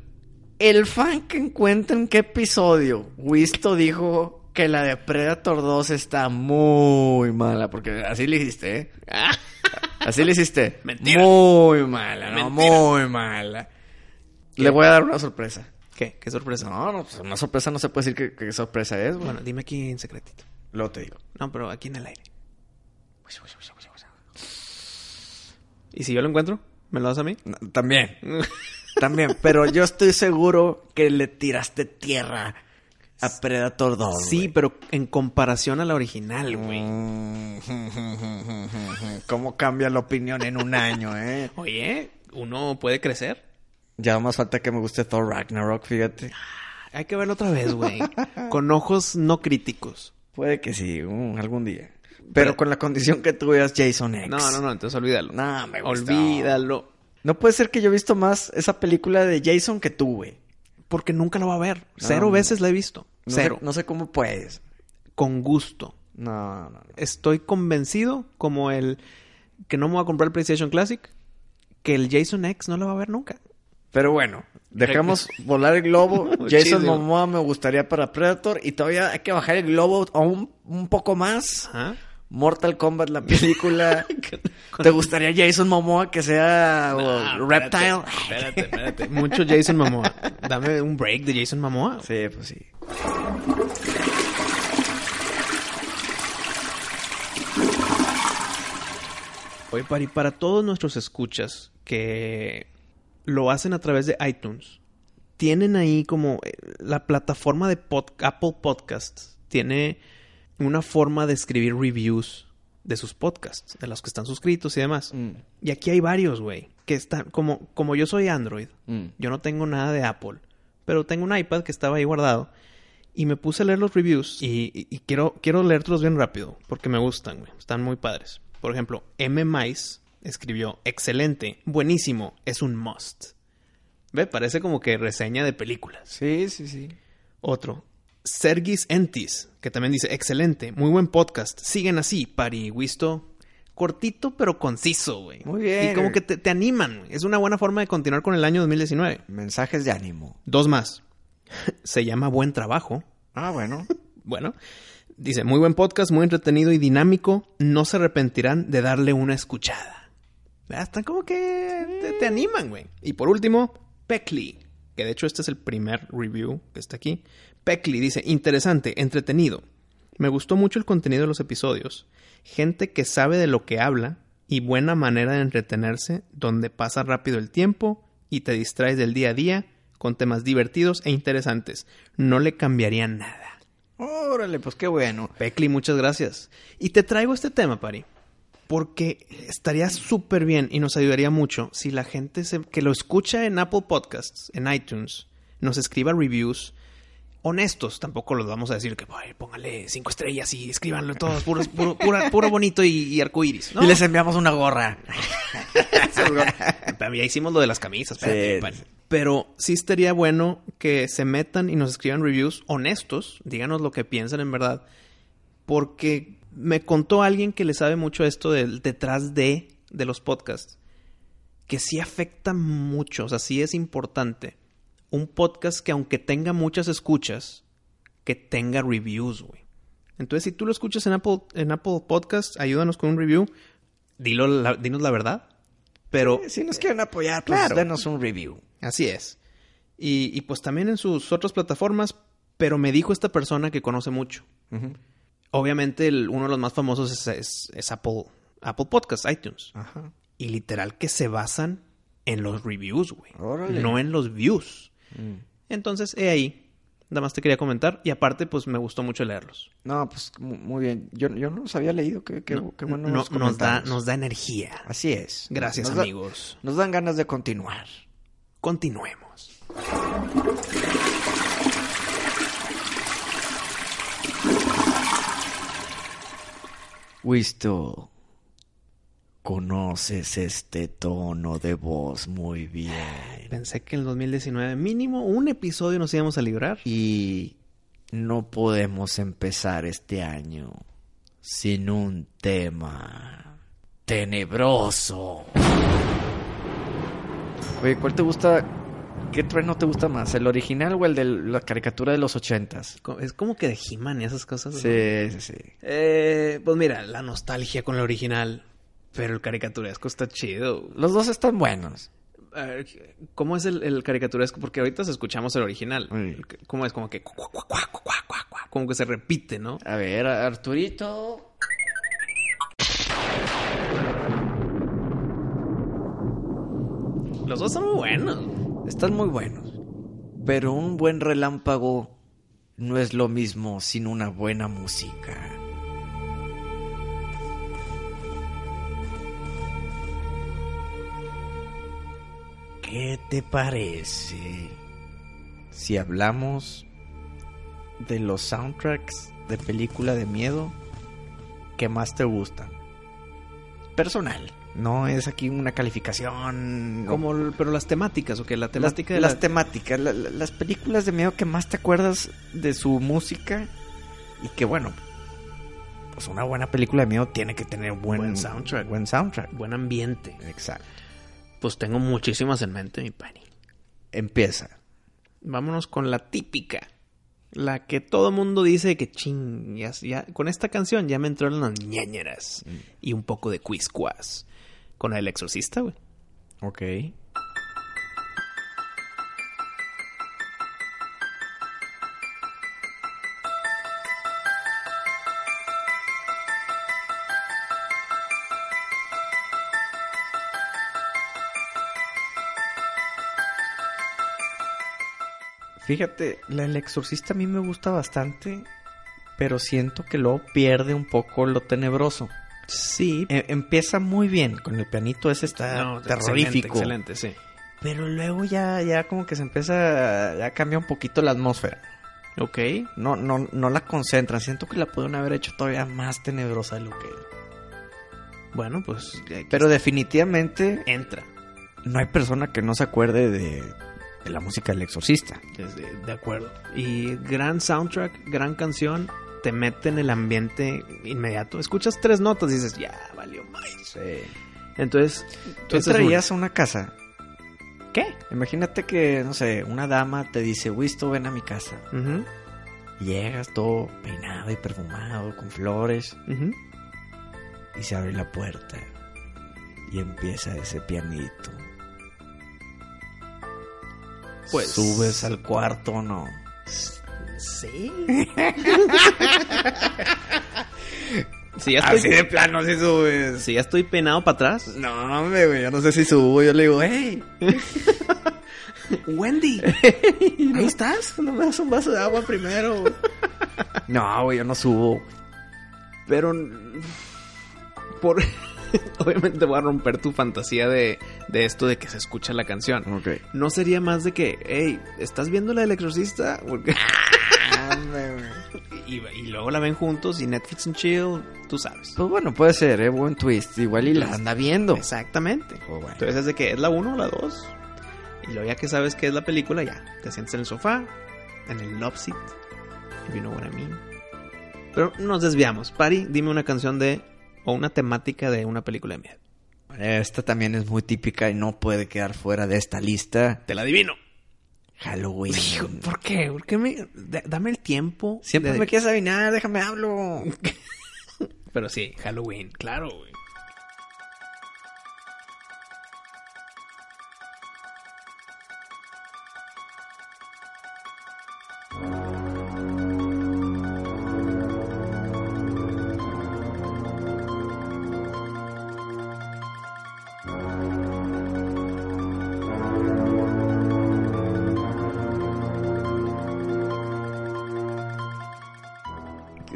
S1: El fan que encuentra en qué episodio Wisto dijo que la de Predator 2 está muy mala, porque así le hiciste, ¿eh? Así le hiciste.
S2: Mentira.
S1: Muy mala, no,
S2: Mentira.
S1: muy mala. Le voy a dar una sorpresa.
S2: ¿Qué? ¿Qué sorpresa?
S1: No, no, pues una sorpresa no se puede decir que, que sorpresa es, güey.
S2: Bueno, dime aquí en secretito.
S1: Luego te digo.
S2: No, pero aquí en el aire. ¿Y si yo lo encuentro? ¿Me lo das a mí?
S1: No, también, también, pero yo estoy seguro que le tiraste tierra a Predator 2.
S2: Sí, pero en comparación a la original, güey.
S1: Mm, ¿Cómo cambia la opinión en un año, eh?
S2: Oye, uno puede crecer.
S1: Ya más falta que me guste Thor Ragnarok, fíjate.
S2: Hay que verlo otra vez, güey. Con ojos no críticos.
S1: Puede que sí, un- algún día. Pero con la condición que tú veas Jason X.
S2: No, no, no, entonces olvídalo.
S1: No, me gustó.
S2: Olvídalo.
S1: No puede ser que yo he visto más esa película de Jason que tú, güey.
S2: Porque nunca lo va a ver.
S1: No,
S2: Cero
S1: no.
S2: veces la he visto.
S1: No
S2: Cero.
S1: Sé, no sé cómo puedes.
S2: Con gusto.
S1: No, no, no.
S2: Estoy convencido, como el que no me va a comprar el PlayStation Classic, que el Jason X no lo va a ver nunca.
S1: Pero bueno, dejamos volar el globo.
S2: Muchísimo.
S1: Jason Momoa me gustaría para Predator. Y todavía hay que bajar el globo aún un poco más.
S2: Ajá.
S1: Mortal Kombat, la película. ¿Te gustaría Jason Momoa que sea o, Reptile?
S2: Ah, Espérate, espérate. Mucho Jason Momoa. Dame un break de Jason Momoa.
S1: Sí, pues sí.
S2: Oye, Pari, para todos nuestros escuchas que lo hacen a través de iTunes, tienen ahí como eh, la plataforma de pod- Apple Podcasts, tiene una forma de escribir reviews de sus podcasts, de los que están suscritos y demás.
S1: Mm,
S2: Y aquí hay varios, güey, que están, como, como yo soy Android,
S1: mm.
S2: yo no tengo nada de Apple, pero tengo un iPad que estaba ahí guardado y me puse a leer los reviews y, y- y quiero, quiero leerlos bien rápido porque me gustan, güey, están muy padres. Por ejemplo, M. Mais escribió, excelente, buenísimo, es un must. Ve, parece como que reseña de películas.
S1: Sí, sí, sí.
S2: Otro. Sergis Entis, que también dice, excelente, muy buen podcast. Siguen así, Pari y Wisto. Cortito pero conciso, güey.
S1: Muy bien.
S2: Y como que te, te animan, güey. Es una buena forma de continuar con el año 2019.
S1: Mensajes de ánimo.
S2: Dos más. Se llama Buen Trabajo.
S1: Ah, bueno.
S2: Bueno. Dice, muy buen podcast, muy entretenido y dinámico. No se arrepentirán de darle una escuchada. Ah, Están como que te, te animan, güey. Y por último, Peckley. Que de hecho este es el primer review que está aquí. Peckley dice, interesante, entretenido. Me gustó mucho el contenido de los episodios. Gente que sabe de lo que habla y buena manera de entretenerse donde pasa rápido el tiempo y te distraes del día a día con temas divertidos e interesantes. No le cambiaría nada.
S1: Órale, pues qué bueno.
S2: Pecli, muchas gracias. Y te traigo este tema, Pari, porque estaría súper bien y nos ayudaría mucho si la gente se- que lo escucha en Apple Podcasts, en iTunes, nos escriba reviews honestos. Tampoco los vamos a decir que "Ay, póngale cinco estrellas y escríbanlo todos, puro, puro, pura- puro bonito y, y arcoíris. ¿no?
S1: Y les enviamos una gorra.
S2: Pero ya hicimos lo de las camisas, espérate,
S1: Sí,
S2: pan.
S1: sí.
S2: Pero sí estaría bueno que se metan y nos escriban reviews honestos, díganos lo que piensan en verdad, porque me contó alguien que le sabe mucho esto del detrás de, de los podcasts, que sí afecta mucho, o sea, sí es importante. Un podcast que aunque tenga muchas escuchas, que tenga reviews, güey. Entonces, si tú lo escuchas en Apple, en Apple Podcast, ayúdanos con un review. Dilo la- dinos la verdad. Pero
S1: Si nos quieren apoyar, pues
S2: Claro.
S1: denos un review.
S2: Así es. Y, y pues también en sus otras plataformas, pero me dijo esta persona que conoce mucho. Obviamente el- uno de los más famosos es, es- es Apple, Apple Podcast, iTunes.
S1: Ajá.
S2: Y literal que se basan en los reviews, güey.
S1: Órale.
S2: No en los views.
S1: Mm.
S2: Entonces, he ahí. Nada más te quería comentar. Y aparte, pues me gustó mucho leerlos.
S1: No, pues mu- muy bien. Yo, yo no los había leído. Qué, qué, qué bueno
S2: No-
S1: los
S2: nos, da,
S1: comentarios.
S2: nos da energía.
S1: Así es.
S2: Gracias,
S1: Nos da-
S2: amigos.
S1: nos dan ganas de continuar.
S2: Continuemos.
S1: Wisto, conoces este tono de voz muy bien.
S2: Pensé que en el 2019 mínimo un episodio nos íbamos a librar.
S1: Y no podemos empezar este año sin un tema tenebroso. Oye, ¿cuál te gusta? ¿Qué trueno te gusta más? ¿El original o el de la caricatura de los ochentas?
S2: Co- Es como que de He-Man y esas cosas. ¿no?
S1: Sí, sí, sí.
S2: Eh, pues mira, la nostalgia con la original. Pero el caricaturesco está chido.
S1: Los dos están buenos.
S2: A ver, ¿Cómo es el, el caricaturesco? Porque ahorita escuchamos el original.
S1: Sí.
S2: ¿Cómo es? Como que... cua, cua, cua, cua, cua, cua, cua, Como que se repite, ¿no?
S1: A ver, Arturito.
S2: Los dos son muy buenos.
S1: Están muy buenos. Pero un buen relámpago no es lo mismo sin una buena música. ¿Qué te parece si hablamos de los soundtracks de película de miedo que más te gustan? Personal. No es aquí una calificación. o
S2: Como, el- pero las temáticas, ¿o que La temática
S1: las,
S2: de
S1: las
S2: la-
S1: temáticas, la- la- las películas de miedo que más te acuerdas de su música y que bueno, pues una buena película de miedo tiene que tener un buen,
S2: Buen soundtrack.
S1: Buen soundtrack.
S2: Buen ambiente.
S1: Exacto.
S2: Pues tengo muchísimas en mente, mi pani.
S1: Empieza.
S2: Vámonos con la típica. La que todo mundo dice que ching, ya, ya- con esta canción ya me entraron las ñañeras
S1: Mm,
S2: y un poco de quisquas. Con el exorcista, güey.
S1: Ok. Fíjate, la El Exorcista a mí me gusta bastante, pero siento que luego pierde un poco lo tenebroso.
S2: Sí.
S1: E- empieza muy bien con el pianito, ese está
S2: No,
S1: terrorífico.
S2: Excelente, excelente, sí.
S1: Pero luego ya, ya como que se empieza, ya cambia un poquito la atmósfera.
S2: Ok.
S1: No, no, no la concentran. Siento que la pudieron haber hecho todavía más tenebrosa de lo que es.
S2: Bueno, pues. eh,
S1: Pero definitivamente
S2: entra.
S1: no hay persona que no se acuerde de, de la música del exorcista.
S2: Desde- de acuerdo. Y gran soundtrack, gran canción. Te mete en el ambiente inmediato. Escuchas tres notas y dices, ya, valió más. Entonces,
S1: Tú
S2: esa es
S1: entrarías a una casa.
S2: una. ¿Qué?
S1: Imagínate que, no sé, una dama te dice, Wisto, ven a mi casa.
S2: Ujú,
S1: Y llegas todo peinado y perfumado, con flores,
S2: ujú.
S1: y se abre la puerta. Y empieza ese pianito.
S2: Pues-
S1: Subes al cuarto o no.
S2: Sí. si, ya
S1: Así
S2: estoy,
S1: de plano, si subes.
S2: si ya estoy peinado para atrás.
S1: No, hombre, güey, yo no sé si subo. Yo le digo, hey,
S2: Wendy,
S1: ¿ahí estás? No me das un vaso de agua primero. no, güey, yo no subo.
S2: Pero. mm, Por. Obviamente voy a romper tu fantasía de, de esto de que se escucha la canción.
S1: Ok.
S2: No sería más de que, hey, ¿estás viendo la del exorcista? Porque-
S1: Ah,
S2: y, y luego la ven juntos y Netflix and chill, tú sabes.
S1: Pues bueno, puede ser, ¿eh? Buen twist. Igual y la anda viendo.
S2: Exactamente.
S1: Pues bueno.
S2: Entonces es de que es la 1 o la 2. Y luego ya que sabes qué es la película, ya. Te sientes en el sofá, en el love seat. If you know what I mean. Pero nos desviamos. Pari, dime una canción de... o una temática de una película de miedo.
S1: Esta también es muy típica y no puede quedar fuera de esta lista.
S2: Te la adivino.
S1: Halloween.
S2: Hijo, ¿por qué? ¿Por qué me...? da- dame el tiempo.
S1: Siempre
S2: de-
S1: me quieres adivinar, déjame hablo.
S2: Pero sí, Halloween, claro, güey.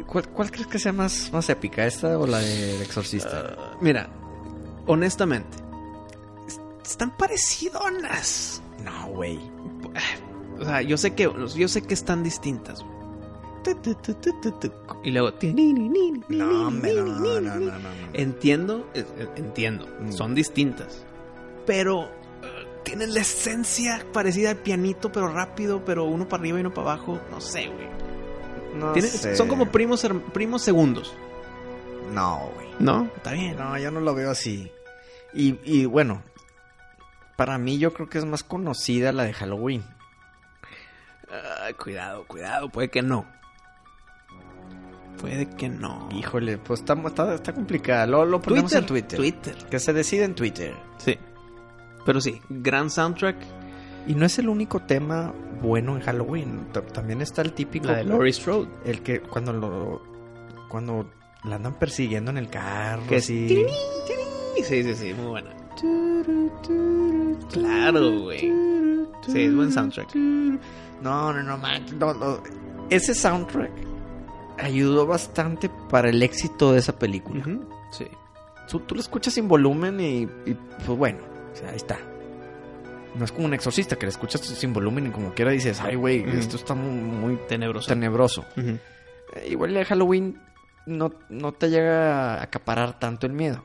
S1: ¿Cuál, cuál crees que sea más, más épica, esta o la del exorcista?
S2: Ah, mira, honestamente, es- están parecidonas.
S1: no, güey.
S2: O sea, yo sé que, yo sé que están distintas. Tu, tu, tu, tu, tu, tu. Y luego. ti, ni, ni, ni, ni, ni,
S1: No, hombre,
S2: ni,
S1: no,
S2: ni,
S1: no, no,
S2: ni, ni.
S1: no, no, no.
S2: Entiendo, eh, eh, entiendo.
S1: Mm.
S2: Son distintas. Pero eh, tienen la esencia parecida al pianito, pero rápido, pero uno para arriba y uno para abajo. No sé, güey.
S1: No
S2: Tienen-
S1: sé.
S2: Son como primos, herm- primos segundos.
S1: No, güey.
S2: ¿No? Está bien.
S1: No, yo no lo veo así. Y, y bueno, para mí yo creo que es más conocida la de Halloween.
S2: Ay, cuidado, cuidado, puede que no. Puede que no.
S1: Híjole, pues está, está, está complicada. Lo, lo ponemos en Twitter.
S2: Twitter.
S1: Que se decide en Twitter.
S2: Sí. Pero sí, gran soundtrack.
S1: Y no es el único tema bueno en Halloween. Ta- También está el típico.
S2: Strode.
S1: El que cuando lo. Cuando la andan persiguiendo en el carro.
S2: Que
S1: así.
S2: sí. Sí, sí, sí, muy buena. Claro, güey. Sí, es buen soundtrack.
S1: No, no, no, man, no, no. Ese soundtrack ayudó bastante para el éxito de esa película.
S2: Ujú, Sí.
S1: tú, tú lo escuchas sin volumen y, y, pues bueno, o sea, ahí está. No es como un exorcista que lo escuchas sin volumen y como quiera dices, ay, güey,
S2: Ujú.
S1: esto está muy, muy
S2: Tenebroso.
S1: tenebroso.
S2: Ujú.
S1: Eh, igual la de Halloween no, no te llega a acaparar tanto el miedo.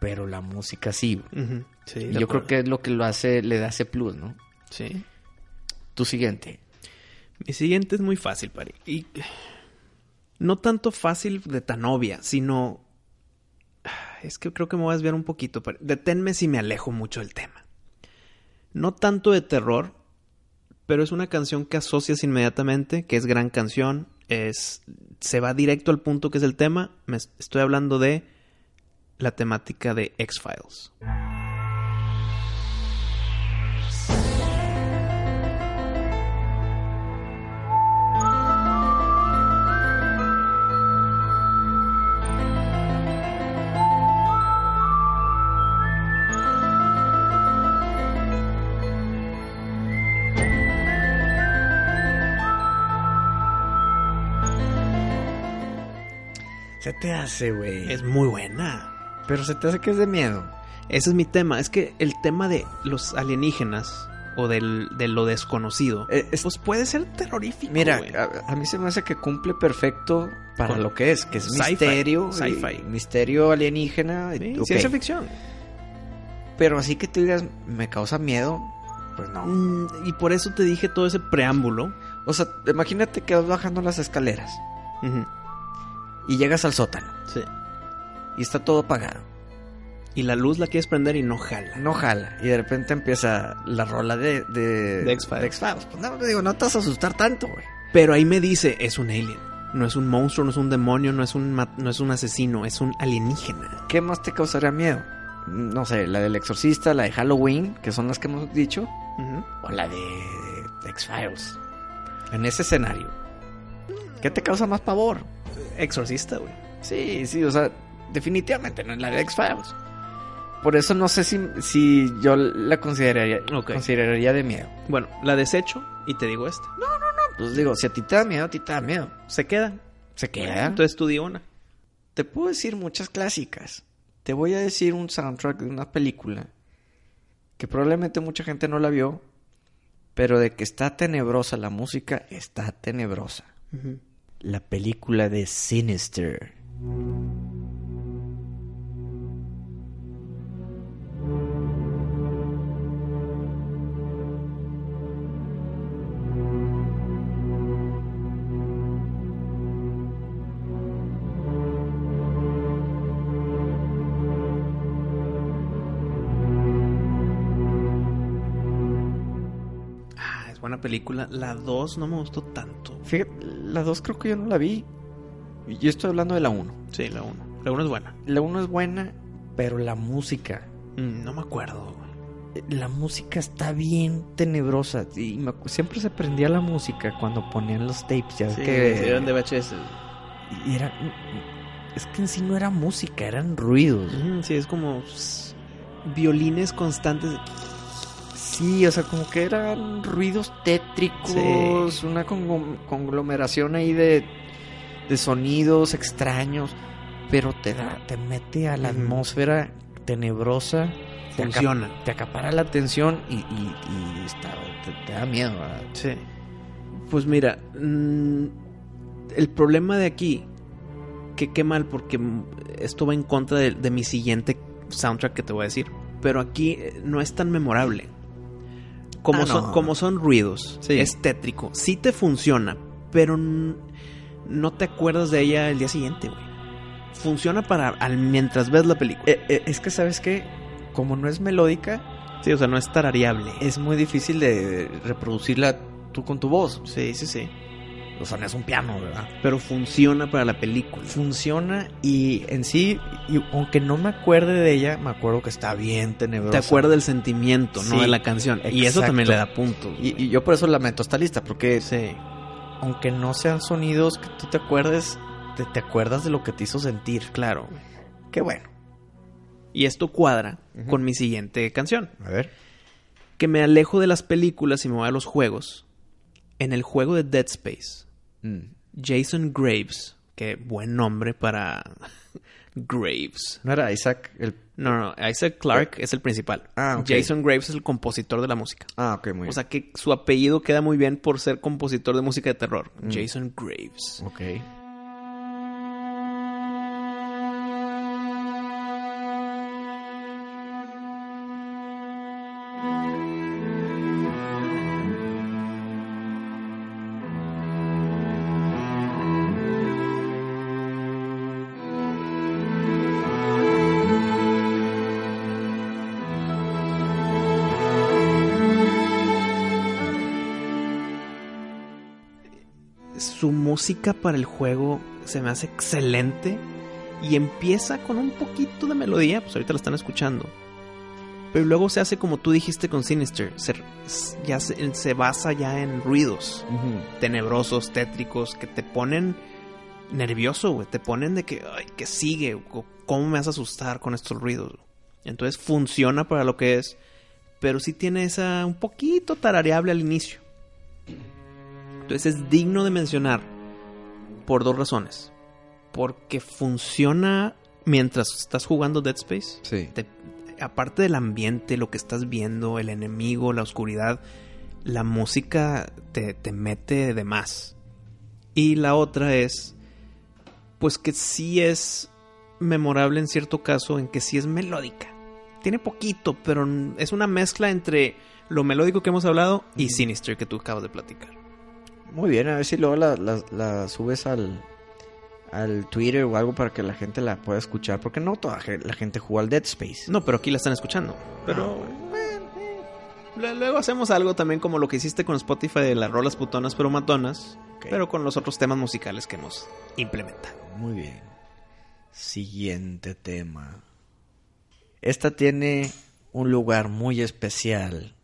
S1: Pero la música sí. güey.
S2: Ujú, Sí,
S1: Y
S2: de
S1: yo creo
S2: acuerdo.
S1: que es lo que lo hace, le da ese plus, ¿no?
S2: Sí.
S1: Tu siguiente.
S2: Mi siguiente es muy fácil, Pari. Y no tanto fácil de tan obvia, sino... Es que creo que me voy a desviar un poquito. Pari. Deténme si me alejo mucho del tema. No tanto de terror, pero es una canción que asocias inmediatamente, que es gran canción, es se va directo al punto que es el tema. Me es- estoy hablando de la temática de X-Files.
S1: Se te hace, güey.
S2: Es muy buena.
S1: Pero se te hace que es de miedo.
S2: Ese es mi tema. Es que el tema de los alienígenas o del, de lo desconocido,
S1: Eh, es-
S2: pues puede ser terrorífico.
S1: Mira, ah,
S2: güey.
S1: a, a mí se me hace que cumple perfecto para
S2: Con-
S1: lo que es, que es
S2: sci-fi,
S1: misterio, y-
S2: sci-fi.
S1: misterio alienígena, y-
S2: Sí,
S1: ok.
S2: ciencia ficción.
S1: pero así que tú digas, me causa miedo, pues no.
S2: Mm, y por eso te dije todo ese preámbulo.
S1: O sea, imagínate que vas bajando las escaleras y llegas al sótano
S2: Sí.
S1: y está todo apagado,
S2: Y la luz la quieres prender y no jala.
S1: no jala y de repente empieza la rola de de,
S2: De X-Files.
S1: Pues no, digo, no te vas a asustar tanto, güey.
S2: Pero ahí me dice, es un alien. No es un monstruo, no es un demonio, no es un, ma- no es un asesino, es un alienígena.
S1: ¿Qué más te causaría miedo? No sé, la del exorcista, la de Halloween, que son las que hemos dicho. O la de X-Files. En ese escenario. ¿Qué te causa más pavor?
S2: Exorcista, güey.
S1: Sí, sí, o sea, definitivamente no es la de X-Files. Por eso no sé si, si yo la consideraría,
S2: Ok.
S1: consideraría de miedo.
S2: Bueno, la desecho y te digo esta. No,
S1: Pues digo, si a ti te da miedo, a ti te da miedo.
S2: se queda.
S1: Se queda.
S2: Entonces tú di una.
S1: te puedo decir muchas clásicas. Te voy a decir un soundtrack de una película que probablemente mucha gente no la vio, pero de que está tenebrosa la música, está tenebrosa. La película de Sinister.
S2: Ah, es buena película. La 2 no me gustó tanto.
S1: Fíjate, la 2 creo que yo no la vi. Y yo estoy hablando de la 1.
S2: Sí, la 1. La 1 es buena.
S1: La 1 es buena, pero la música.
S2: Mm, no me acuerdo, güey.
S1: eh, La música está bien tenebrosa. Y me acu- siempre se prendía la música cuando ponían los tapes. Ya ves que
S2: VHS.
S1: Y era. Es que en sí no era música, eran ruidos.
S2: sí, es como s- violines constantes.
S1: Sí, o sea, como que eran ruidos tétricos, una conglom- conglomeración ahí de, de sonidos extraños, pero te, da, te mete a la
S2: Ujú.
S1: atmósfera tenebrosa, te, aca-
S2: Funciona.
S1: te acapara la atención y, y- y está- te, te da miedo. ¿verdad?
S2: Sí. Pues mira, mm, el problema de aquí, que qué mal, porque mm, esto va en contra de, de mi siguiente soundtrack que te voy a decir. Pero aquí eh, no es tan memorable. Como,
S1: Ah,
S2: son,
S1: no.
S2: como son ruidos,
S1: Sí.
S2: es tétrico. Sí te funciona, pero n- no te acuerdas de ella el día siguiente, güey. Funciona para al- mientras ves la película.
S1: Eh, eh, es que, ¿sabes qué? Como no es melódica,
S2: Sí, o sea, no es tarareable.
S1: es muy difícil de reproducirla tú con tu voz.
S2: Sí, sí, sí.
S1: O sea, no es un piano, ¿verdad?
S2: Pero funciona para la película.
S1: funciona y en sí, y aunque no me acuerde de ella, me acuerdo que está bien tenebrosa.
S2: Te acuerdas del sentimiento,
S1: Sí,
S2: no de la canción. Y eso
S1: exacto.
S2: también le da puntos.
S1: Y,
S2: güey.
S1: y yo por eso lamento esta lista, porque
S2: sí.
S1: aunque no sean sonidos que tú te acuerdes, te, te acuerdas de lo que te hizo sentir.
S2: Claro.
S1: Qué bueno.
S2: Y esto cuadra
S1: Ujú.
S2: con mi siguiente canción.
S1: A ver.
S2: Que me alejo de las películas y me voy a los juegos. En el juego de Dead Space,
S1: Mm.
S2: Jason Graves, que buen nombre para Graves.
S1: No era Isaac el...
S2: No, no, Isaac Clarke es el principal.
S1: Ah, ok.
S2: Jason Graves es el compositor de la música.
S1: Ah, ok, muy
S2: O sea que su apellido queda muy bien por ser compositor de música de terror.
S1: Mm.
S2: Jason Graves.
S1: Ok.
S2: su música para el juego se me hace excelente y empieza con un poquito de melodía, pues ahorita la están escuchando. Pero luego se hace como tú dijiste con Sinister, se, s- ya se, se basa ya en ruidos tenebrosos, tétricos, que te ponen nervioso, güey, te ponen de que, ay, que sigue, Co- ¿cómo me vas a asustar con estos ruidos? Entonces funciona para lo que es, pero sí tiene esa un poquito tarareable al inicio. Entonces es digno de mencionar por dos razones. porque funciona mientras estás jugando Dead Space.
S1: Sí.
S2: Te- aparte del ambiente, lo que estás viendo, el enemigo, la oscuridad, la música te, te mete de más. Y la otra es, pues que sí es memorable en cierto caso, en que sí es melódica. Tiene poquito, pero n- es una mezcla entre lo melódico que hemos hablado y
S1: Ujú.
S2: Sinister que tú acabas de platicar.
S1: Muy bien, a ver si luego la, la- la subes al, al Twitter o algo para que la gente la pueda escuchar. Porque no toda ge- la gente juega al Dead Space. Ah,
S2: No, pero aquí la están escuchando. Pero bueno, eh, lu- luego hacemos algo también como lo que hiciste con Spotify de las rolas putonas pero matonas,
S1: Ok.
S2: pero con los otros temas musicales que hemos implementado.
S1: Muy bien. Siguiente tema. Esta tiene un lugar muy especial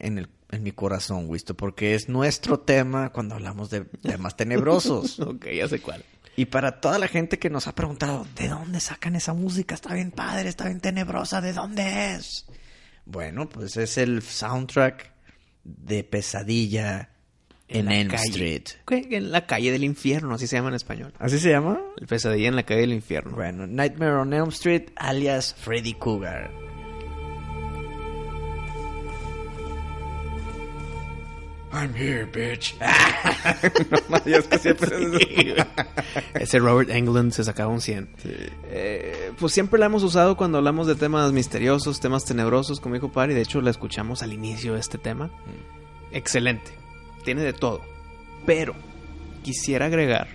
S1: en, el, en mi corazón, Wisto, porque es nuestro tema cuando hablamos de temas tenebrosos.
S2: ok, ya sé cuál.
S1: Y para toda la gente que nos ha preguntado, ¿de dónde sacan esa música? Está bien padre, está bien tenebrosa, ¿de dónde es? Bueno, pues es el soundtrack de Pesadilla en,
S2: la
S1: Elm
S2: calle.
S1: Street.
S2: Ok, En la calle del infierno, así se llama en español.
S1: ¿Así se llama?
S2: El pesadilla en la calle del infierno.
S1: Bueno, Nightmare on Elm Street, alias Freddy Cougar. I'm here, bitch.
S2: es que siempre Ese Robert Englund se sacaba un 100. Eh, pues siempre la hemos usado cuando hablamos de temas misteriosos, temas tenebrosos, como dijo Pari. De hecho, la escuchamos al inicio de este tema. Mm. Excelente. Tiene de todo. Pero quisiera agregar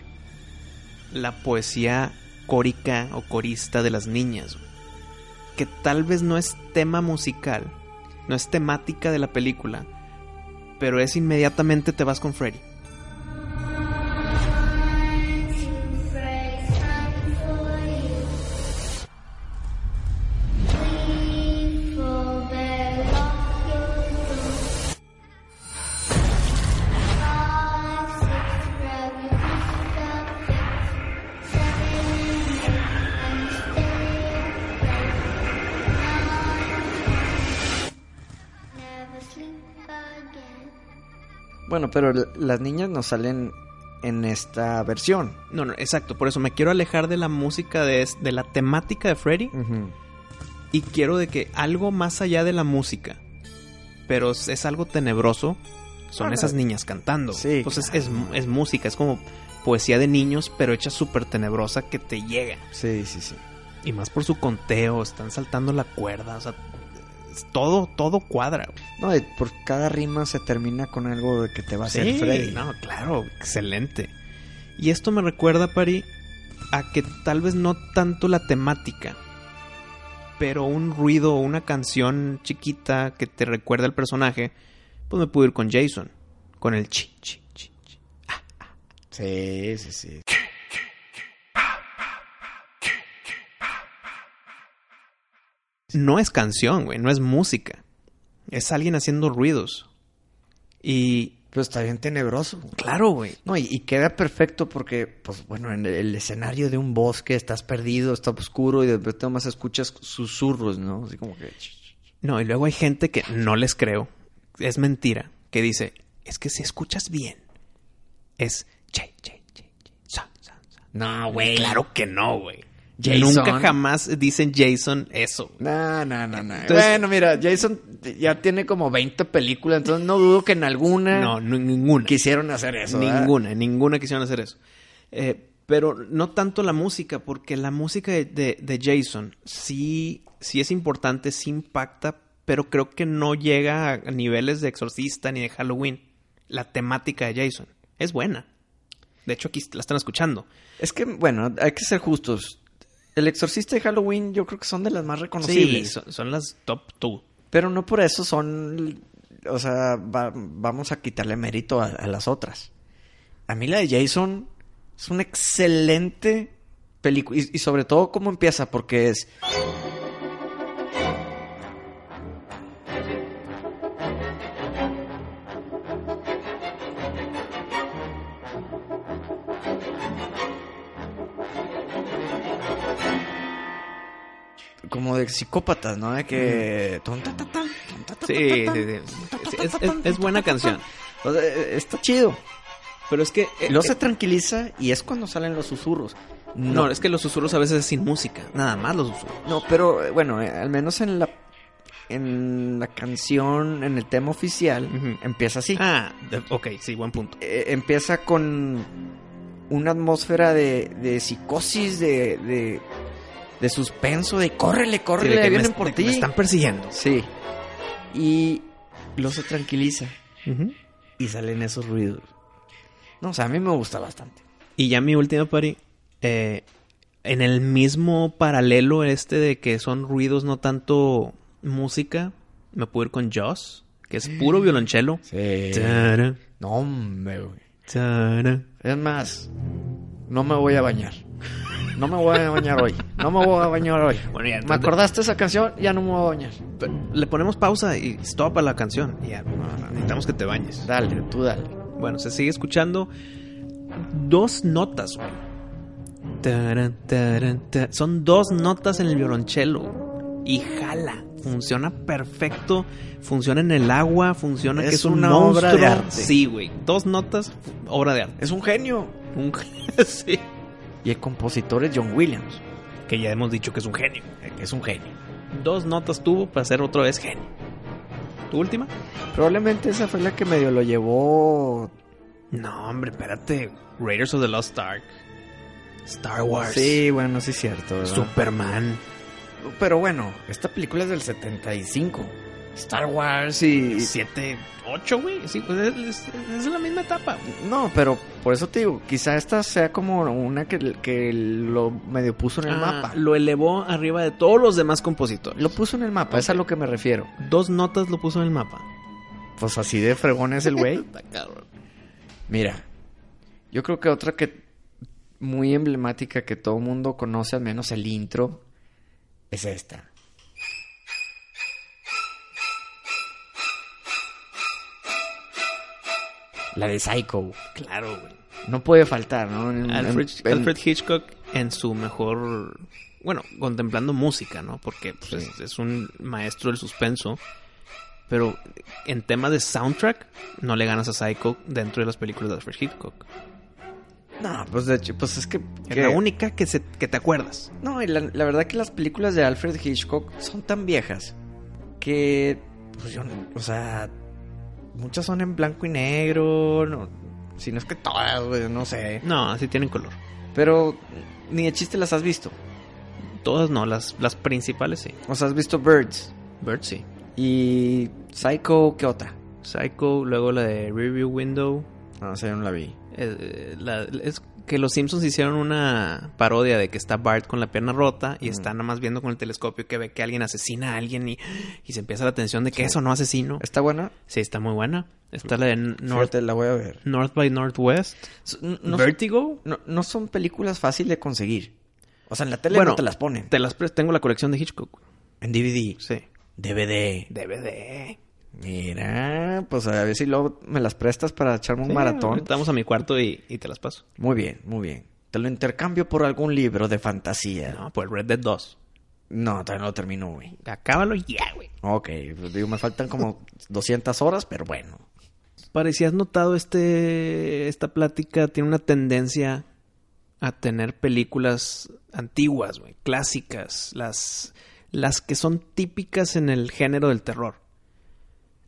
S2: la poesía córica o corista de las niñas. güey. Que tal vez no es tema musical, no es temática de la película, pero es inmediatamente te vas con Freddy.
S3: Never sleep again.
S1: Bueno, pero l- las niñas nos salen en esta versión.
S2: No, no, exacto. Por eso me quiero alejar de la música, de, es- de la temática de Freddy. Y quiero de que algo más allá de la música. Pero es, es algo tenebroso. Son
S1: Ah,
S2: esas
S1: la-
S2: niñas cantando.
S1: Sí,
S2: Entonces
S1: claro.
S2: es, es música, es como poesía de niños, pero hecha súper tenebrosa que te llega.
S1: Sí, sí, sí.
S2: Y más por su conteo, están saltando la cuerda. O sea, es- todo, todo cuadra. güey.
S1: No, y por cada rima se termina con algo de que te va a hacer Freddy.
S2: No, claro, excelente. Y esto me recuerda, Pari, a que tal vez no tanto la temática, pero un ruido o una canción chiquita que te recuerda al personaje, pues me pude ir con Jason, con el chi, chi, chi, chi.
S1: Sí, sí, sí.
S2: No es canción, güey, no es música. Es alguien haciendo ruidos. Y
S1: Pero está bien tenebroso.
S2: claro, güey.
S1: No, y, y queda perfecto porque, pues bueno, en el, el escenario de un bosque estás perdido, está oscuro y de repente más escuchas susurros, ¿no? Así como que...
S2: No, y luego hay gente que no les creo, es mentira, que dice, es que si escuchas bien, es che, che, che, che, son, son, son".
S1: No,
S2: Claro que no, güey.
S1: Jason.
S2: Nunca jamás dicen Jason eso.
S1: No, no, no, no.
S2: Entonces-
S1: bueno, mira, Jason ya tiene como 20 películas, entonces no dudo que en alguna
S2: No, no ninguna.
S1: quisieron hacer eso. ¿verdad?
S2: Ninguna, ninguna quisieron hacer eso. Eh, pero no tanto la música, porque la música de, de- de Jason sí, sí es importante, sí impacta, pero creo que no llega a niveles de Exorcista ni de Halloween. La temática de Jason es buena. De hecho, aquí la están escuchando.
S1: Es que, bueno, hay que ser justos. El Exorcista y Halloween yo creo que son de las más
S2: Sí,
S1: reconocibles.
S2: son, son las top two.
S1: Pero no por eso son... O sea, va- vamos a quitarle mérito a, a las otras. A mí la de Jason es una excelente película. Y, y sobre todo cómo empieza, porque es... Como de psicópatas, ¿no? De que... ton, ta, ta, tan, ton, ta, ta, ta,
S2: Sí,
S1: ta,
S2: sí,
S1: tan.
S2: sí. Es, es- es buena canción.
S1: O sea, e, está chido.
S2: Pero es que... eh,
S1: Luego se tranquiliza y es cuando salen los susurros.
S2: No, es que los susurros a veces es sin música. Nada más los susurros.
S1: No, pero eh, bueno, eh, al menos en la en la canción, en el tema oficial,
S2: Ujú.
S1: empieza así.
S2: Ah, de- ok, sí, buen punto.
S1: Eh, empieza con una atmósfera de, de psicosis, de, de, de suspenso, de córrele,
S2: Sí, de
S1: córrele,
S2: que
S1: vienen
S2: me-
S1: por
S2: me-
S1: ti.
S2: Me están persiguiendo.
S1: Sí. Y lo se tranquiliza y salen esos ruidos. No, o sea, a mí me gusta bastante.
S2: Y ya mi última pari. eh, en el mismo paralelo este de que son ruidos, no tanto música, me puedo ir con Joss, que es puro violonchelo.
S1: Sí.
S2: Tara,
S1: No, hombre, güey.
S2: tara.
S1: Es más, no me voy a bañar. No me voy a bañar hoy. No me voy a bañar hoy.
S2: Bueno, ya,
S1: ¿Me
S2: entonces-
S1: acordaste esa canción? Ya no me voy a bañar.
S2: Pero Le ponemos pausa y stop a la canción. Ya, no, no, necesitamos que te bañes.
S1: Dale, tú dale.
S2: Bueno, se sigue escuchando dos notas, güey. Taran, taran, ta- Son dos notas en el violonchelo. Y jala. Funciona perfecto. Funciona en el agua. Funciona
S1: Es
S2: que es una
S1: una obra de arte.
S2: Sí, güey. Dos notas, fu- obra de arte.
S1: Es un genio.
S2: Un- sí.
S1: Y el compositor es John Williams.
S2: Que ya hemos dicho que es un genio.
S1: que Es un genio.
S2: Dos notas tuvo para ser otra vez genio. ¿Tu última?
S1: Probablemente esa fue la que medio lo llevó.
S2: No, hombre, espérate. Raiders of the Lost Ark. Star Wars.
S1: Sí, bueno, sí es cierto. ¿verdad?
S2: Superman.
S1: Pero bueno, esta película es del 75. Star Wars y...
S2: 7, 8, güey. Sí, pues es, es- es la misma etapa.
S1: No, pero por eso te digo, quizá esta sea como una que, que lo medio puso en el mapa.
S2: Ah, Lo elevó arriba de todos los demás compositores.
S1: Lo puso en el mapa, es a lo que me refiero.
S2: Dos notas lo puso en el mapa.
S1: Pues así de fregón es el güey.
S2: Está cabrón.
S1: Mira, yo creo que otra que muy emblemática que todo mundo conoce, al menos el intro, es esta. La de Psycho.
S2: Claro, güey.
S1: No puede faltar, ¿no? En- en-
S2: Alfred,
S1: en-
S2: Alfred Hitchcock en su mejor. Bueno, contemplando música, ¿no? Porque pues,
S1: Sí.
S2: es, es un maestro del suspenso. Pero en tema de soundtrack, no le ganas a Psycho dentro de las películas de Alfred Hitchcock.
S1: No, pues de hecho, pues es que...
S2: Es
S1: que-
S2: la única que, se, que te acuerdas.
S1: No, y la, la verdad que las películas de Alfred Hitchcock son tan viejas que, pues yo, no- o sea, muchas son en blanco y negro, no, si no es que todas, güey, no sé.
S2: No, así tienen color.
S1: Pero ni de chiste las has visto.
S2: Todas no, las, las principales sí.
S1: O sea, has visto Birds
S2: Bird sí.
S1: y Psycho, ¿qué otra?
S2: Psycho, luego la de Review Window.
S1: No, sé, yo no la vi.
S2: eh, la- es que los Simpsons hicieron una parodia de que está Bart con la pierna rota y está nada más viendo con el telescopio que ve que alguien asesina a alguien y, y se empieza la tensión de que eso no asesino.
S1: ¿Está buena?
S2: Sí, está muy buena. Está la de North,
S1: Fíjate, la voy a ver.
S2: North by Northwest.
S1: S- No,
S2: Vertigo.
S1: no- no son películas fáciles de conseguir. O sea, en la tele
S2: Bueno,
S1: no te las ponen.
S2: Te las pre- tengo la colección de Hitchcock.
S1: En DVD.
S2: Sí.
S1: DVD.
S2: DVD.
S1: Mira, pues a ver si luego me las prestas para echarme un
S2: Sí,
S1: maratón.
S2: ahorita Vamos a mi cuarto y, y te las paso.
S1: Muy bien, muy bien. Te lo intercambio por algún libro de fantasía.
S2: No, pues Red Dead 2.
S1: No, todavía no lo termino, güey.
S2: Acábalo ya, güey.
S1: Ok, pues digo, me faltan como 200 horas, pero bueno.
S2: Parecía has notado este esta plática tiene una tendencia a tener películas antiguas, güey, clásicas, las las que son típicas en el género del terror.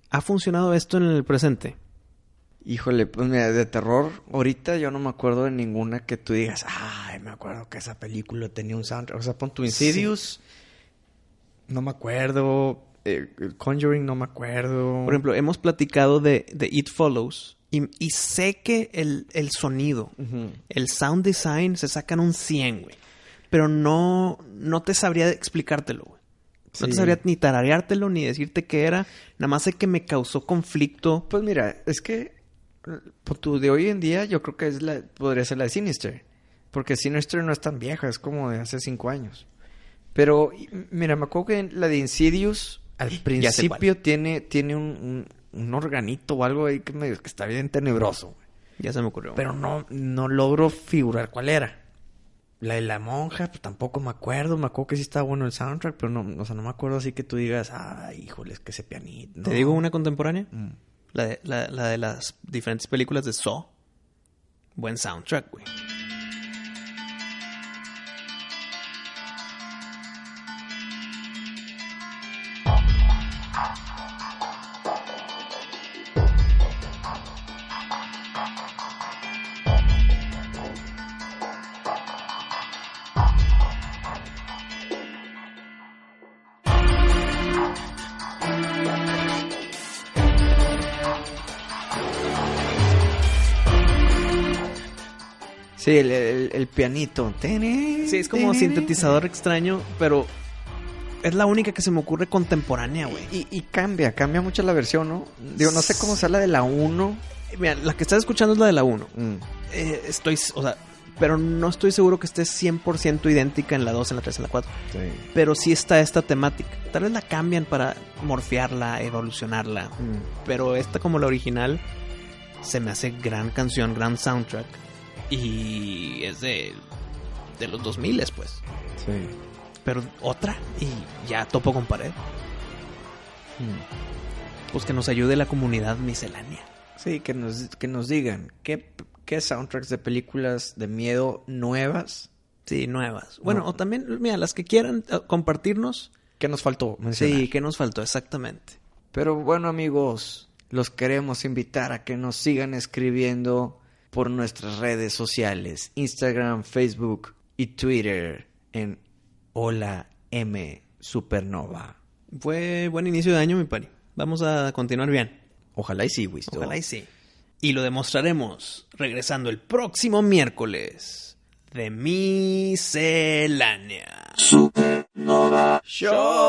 S2: ¿Ha funcionado esto en el presente?
S1: Híjole, pues mira, de terror, ahorita yo no me acuerdo de ninguna que tú digas, ay, me acuerdo que esa película tenía un soundtrack. O sea, pon tu Insidious, no me acuerdo. eh, Conjuring, no me acuerdo.
S2: Por ejemplo, hemos platicado de, de It Follows y, y sé que el, el sonido,
S1: Ujú.
S2: el sound design se sacan un 100, güey. Pero no, no te sabría explicártelo, güey. No te
S1: Sí.
S2: sabría ni tarareártelo ni decirte qué era. Nada más sé que me causó conflicto.
S1: Pues mira, es que eh, pues tú de hoy en día yo creo que es la, podría ser la de Sinister. Porque Sinister no es tan vieja, es como de hace cinco años. Pero y- mira, me acuerdo que la de Insidious al
S2: sé cuál.
S1: principio tiene, tiene un, un- un organito o algo ahí que, medio que está bien tenebroso.
S2: Ya se me ocurrió.
S1: Pero no, no logro figurar cuál era. La de la monja, pues tampoco me acuerdo. Me acuerdo que sí estaba bueno el soundtrack, pero no, o sea, no me acuerdo así que tú digas, ah, híjole, es que ese pianito.
S2: ¿Te
S1: no.
S2: digo una contemporánea?
S1: Mm.
S2: La de, la, la de las diferentes películas de Saw. Buen soundtrack, güey.
S1: Sí, el, el- el pianito.
S2: Sí, es como sintetizador extraño, pero es la única que se me ocurre contemporánea, güey.
S1: Y, y cambia, cambia mucho la versión, ¿no? Digo, no sé cómo sea la de la 1.
S2: Mira, la que estás escuchando es la de la 1.
S1: Mm.
S2: Eh, estoy, o sea, pero no estoy seguro que esté 100% idéntica en la 2, en la 3, en la 4.
S1: Sí.
S2: Pero sí está esta temática. Tal vez la cambian para morfearla, evolucionarla.
S1: Mm.
S2: Pero esta como la original se me hace gran canción, gran soundtrack. Y es de, de los 2000 pues.
S1: Sí.
S2: Pero otra y ya topo con pared.
S1: Mm.
S2: Pues que nos ayude la comunidad miscelánea.
S1: Sí, que nos, que nos digan qué, qué soundtracks de películas de miedo nuevas
S2: Sí, nuevas. Bueno,
S1: No.
S2: o también, mira, las que quieran eh, compartirnos.
S1: que nos faltó mencionar.
S2: Sí, ¿qué nos faltó exactamente?
S1: Pero bueno, amigos, los queremos invitar a que nos sigan escribiendo por nuestras redes sociales, Instagram, Facebook y Twitter en Hola M Supernova.
S2: Fue buen inicio de año, mi pari. Vamos a continuar bien.
S1: Ojalá y sí, Wisto.
S2: Ojalá y sí. Y lo demostraremos regresando el próximo miércoles de miscelánea.
S1: ¡Show!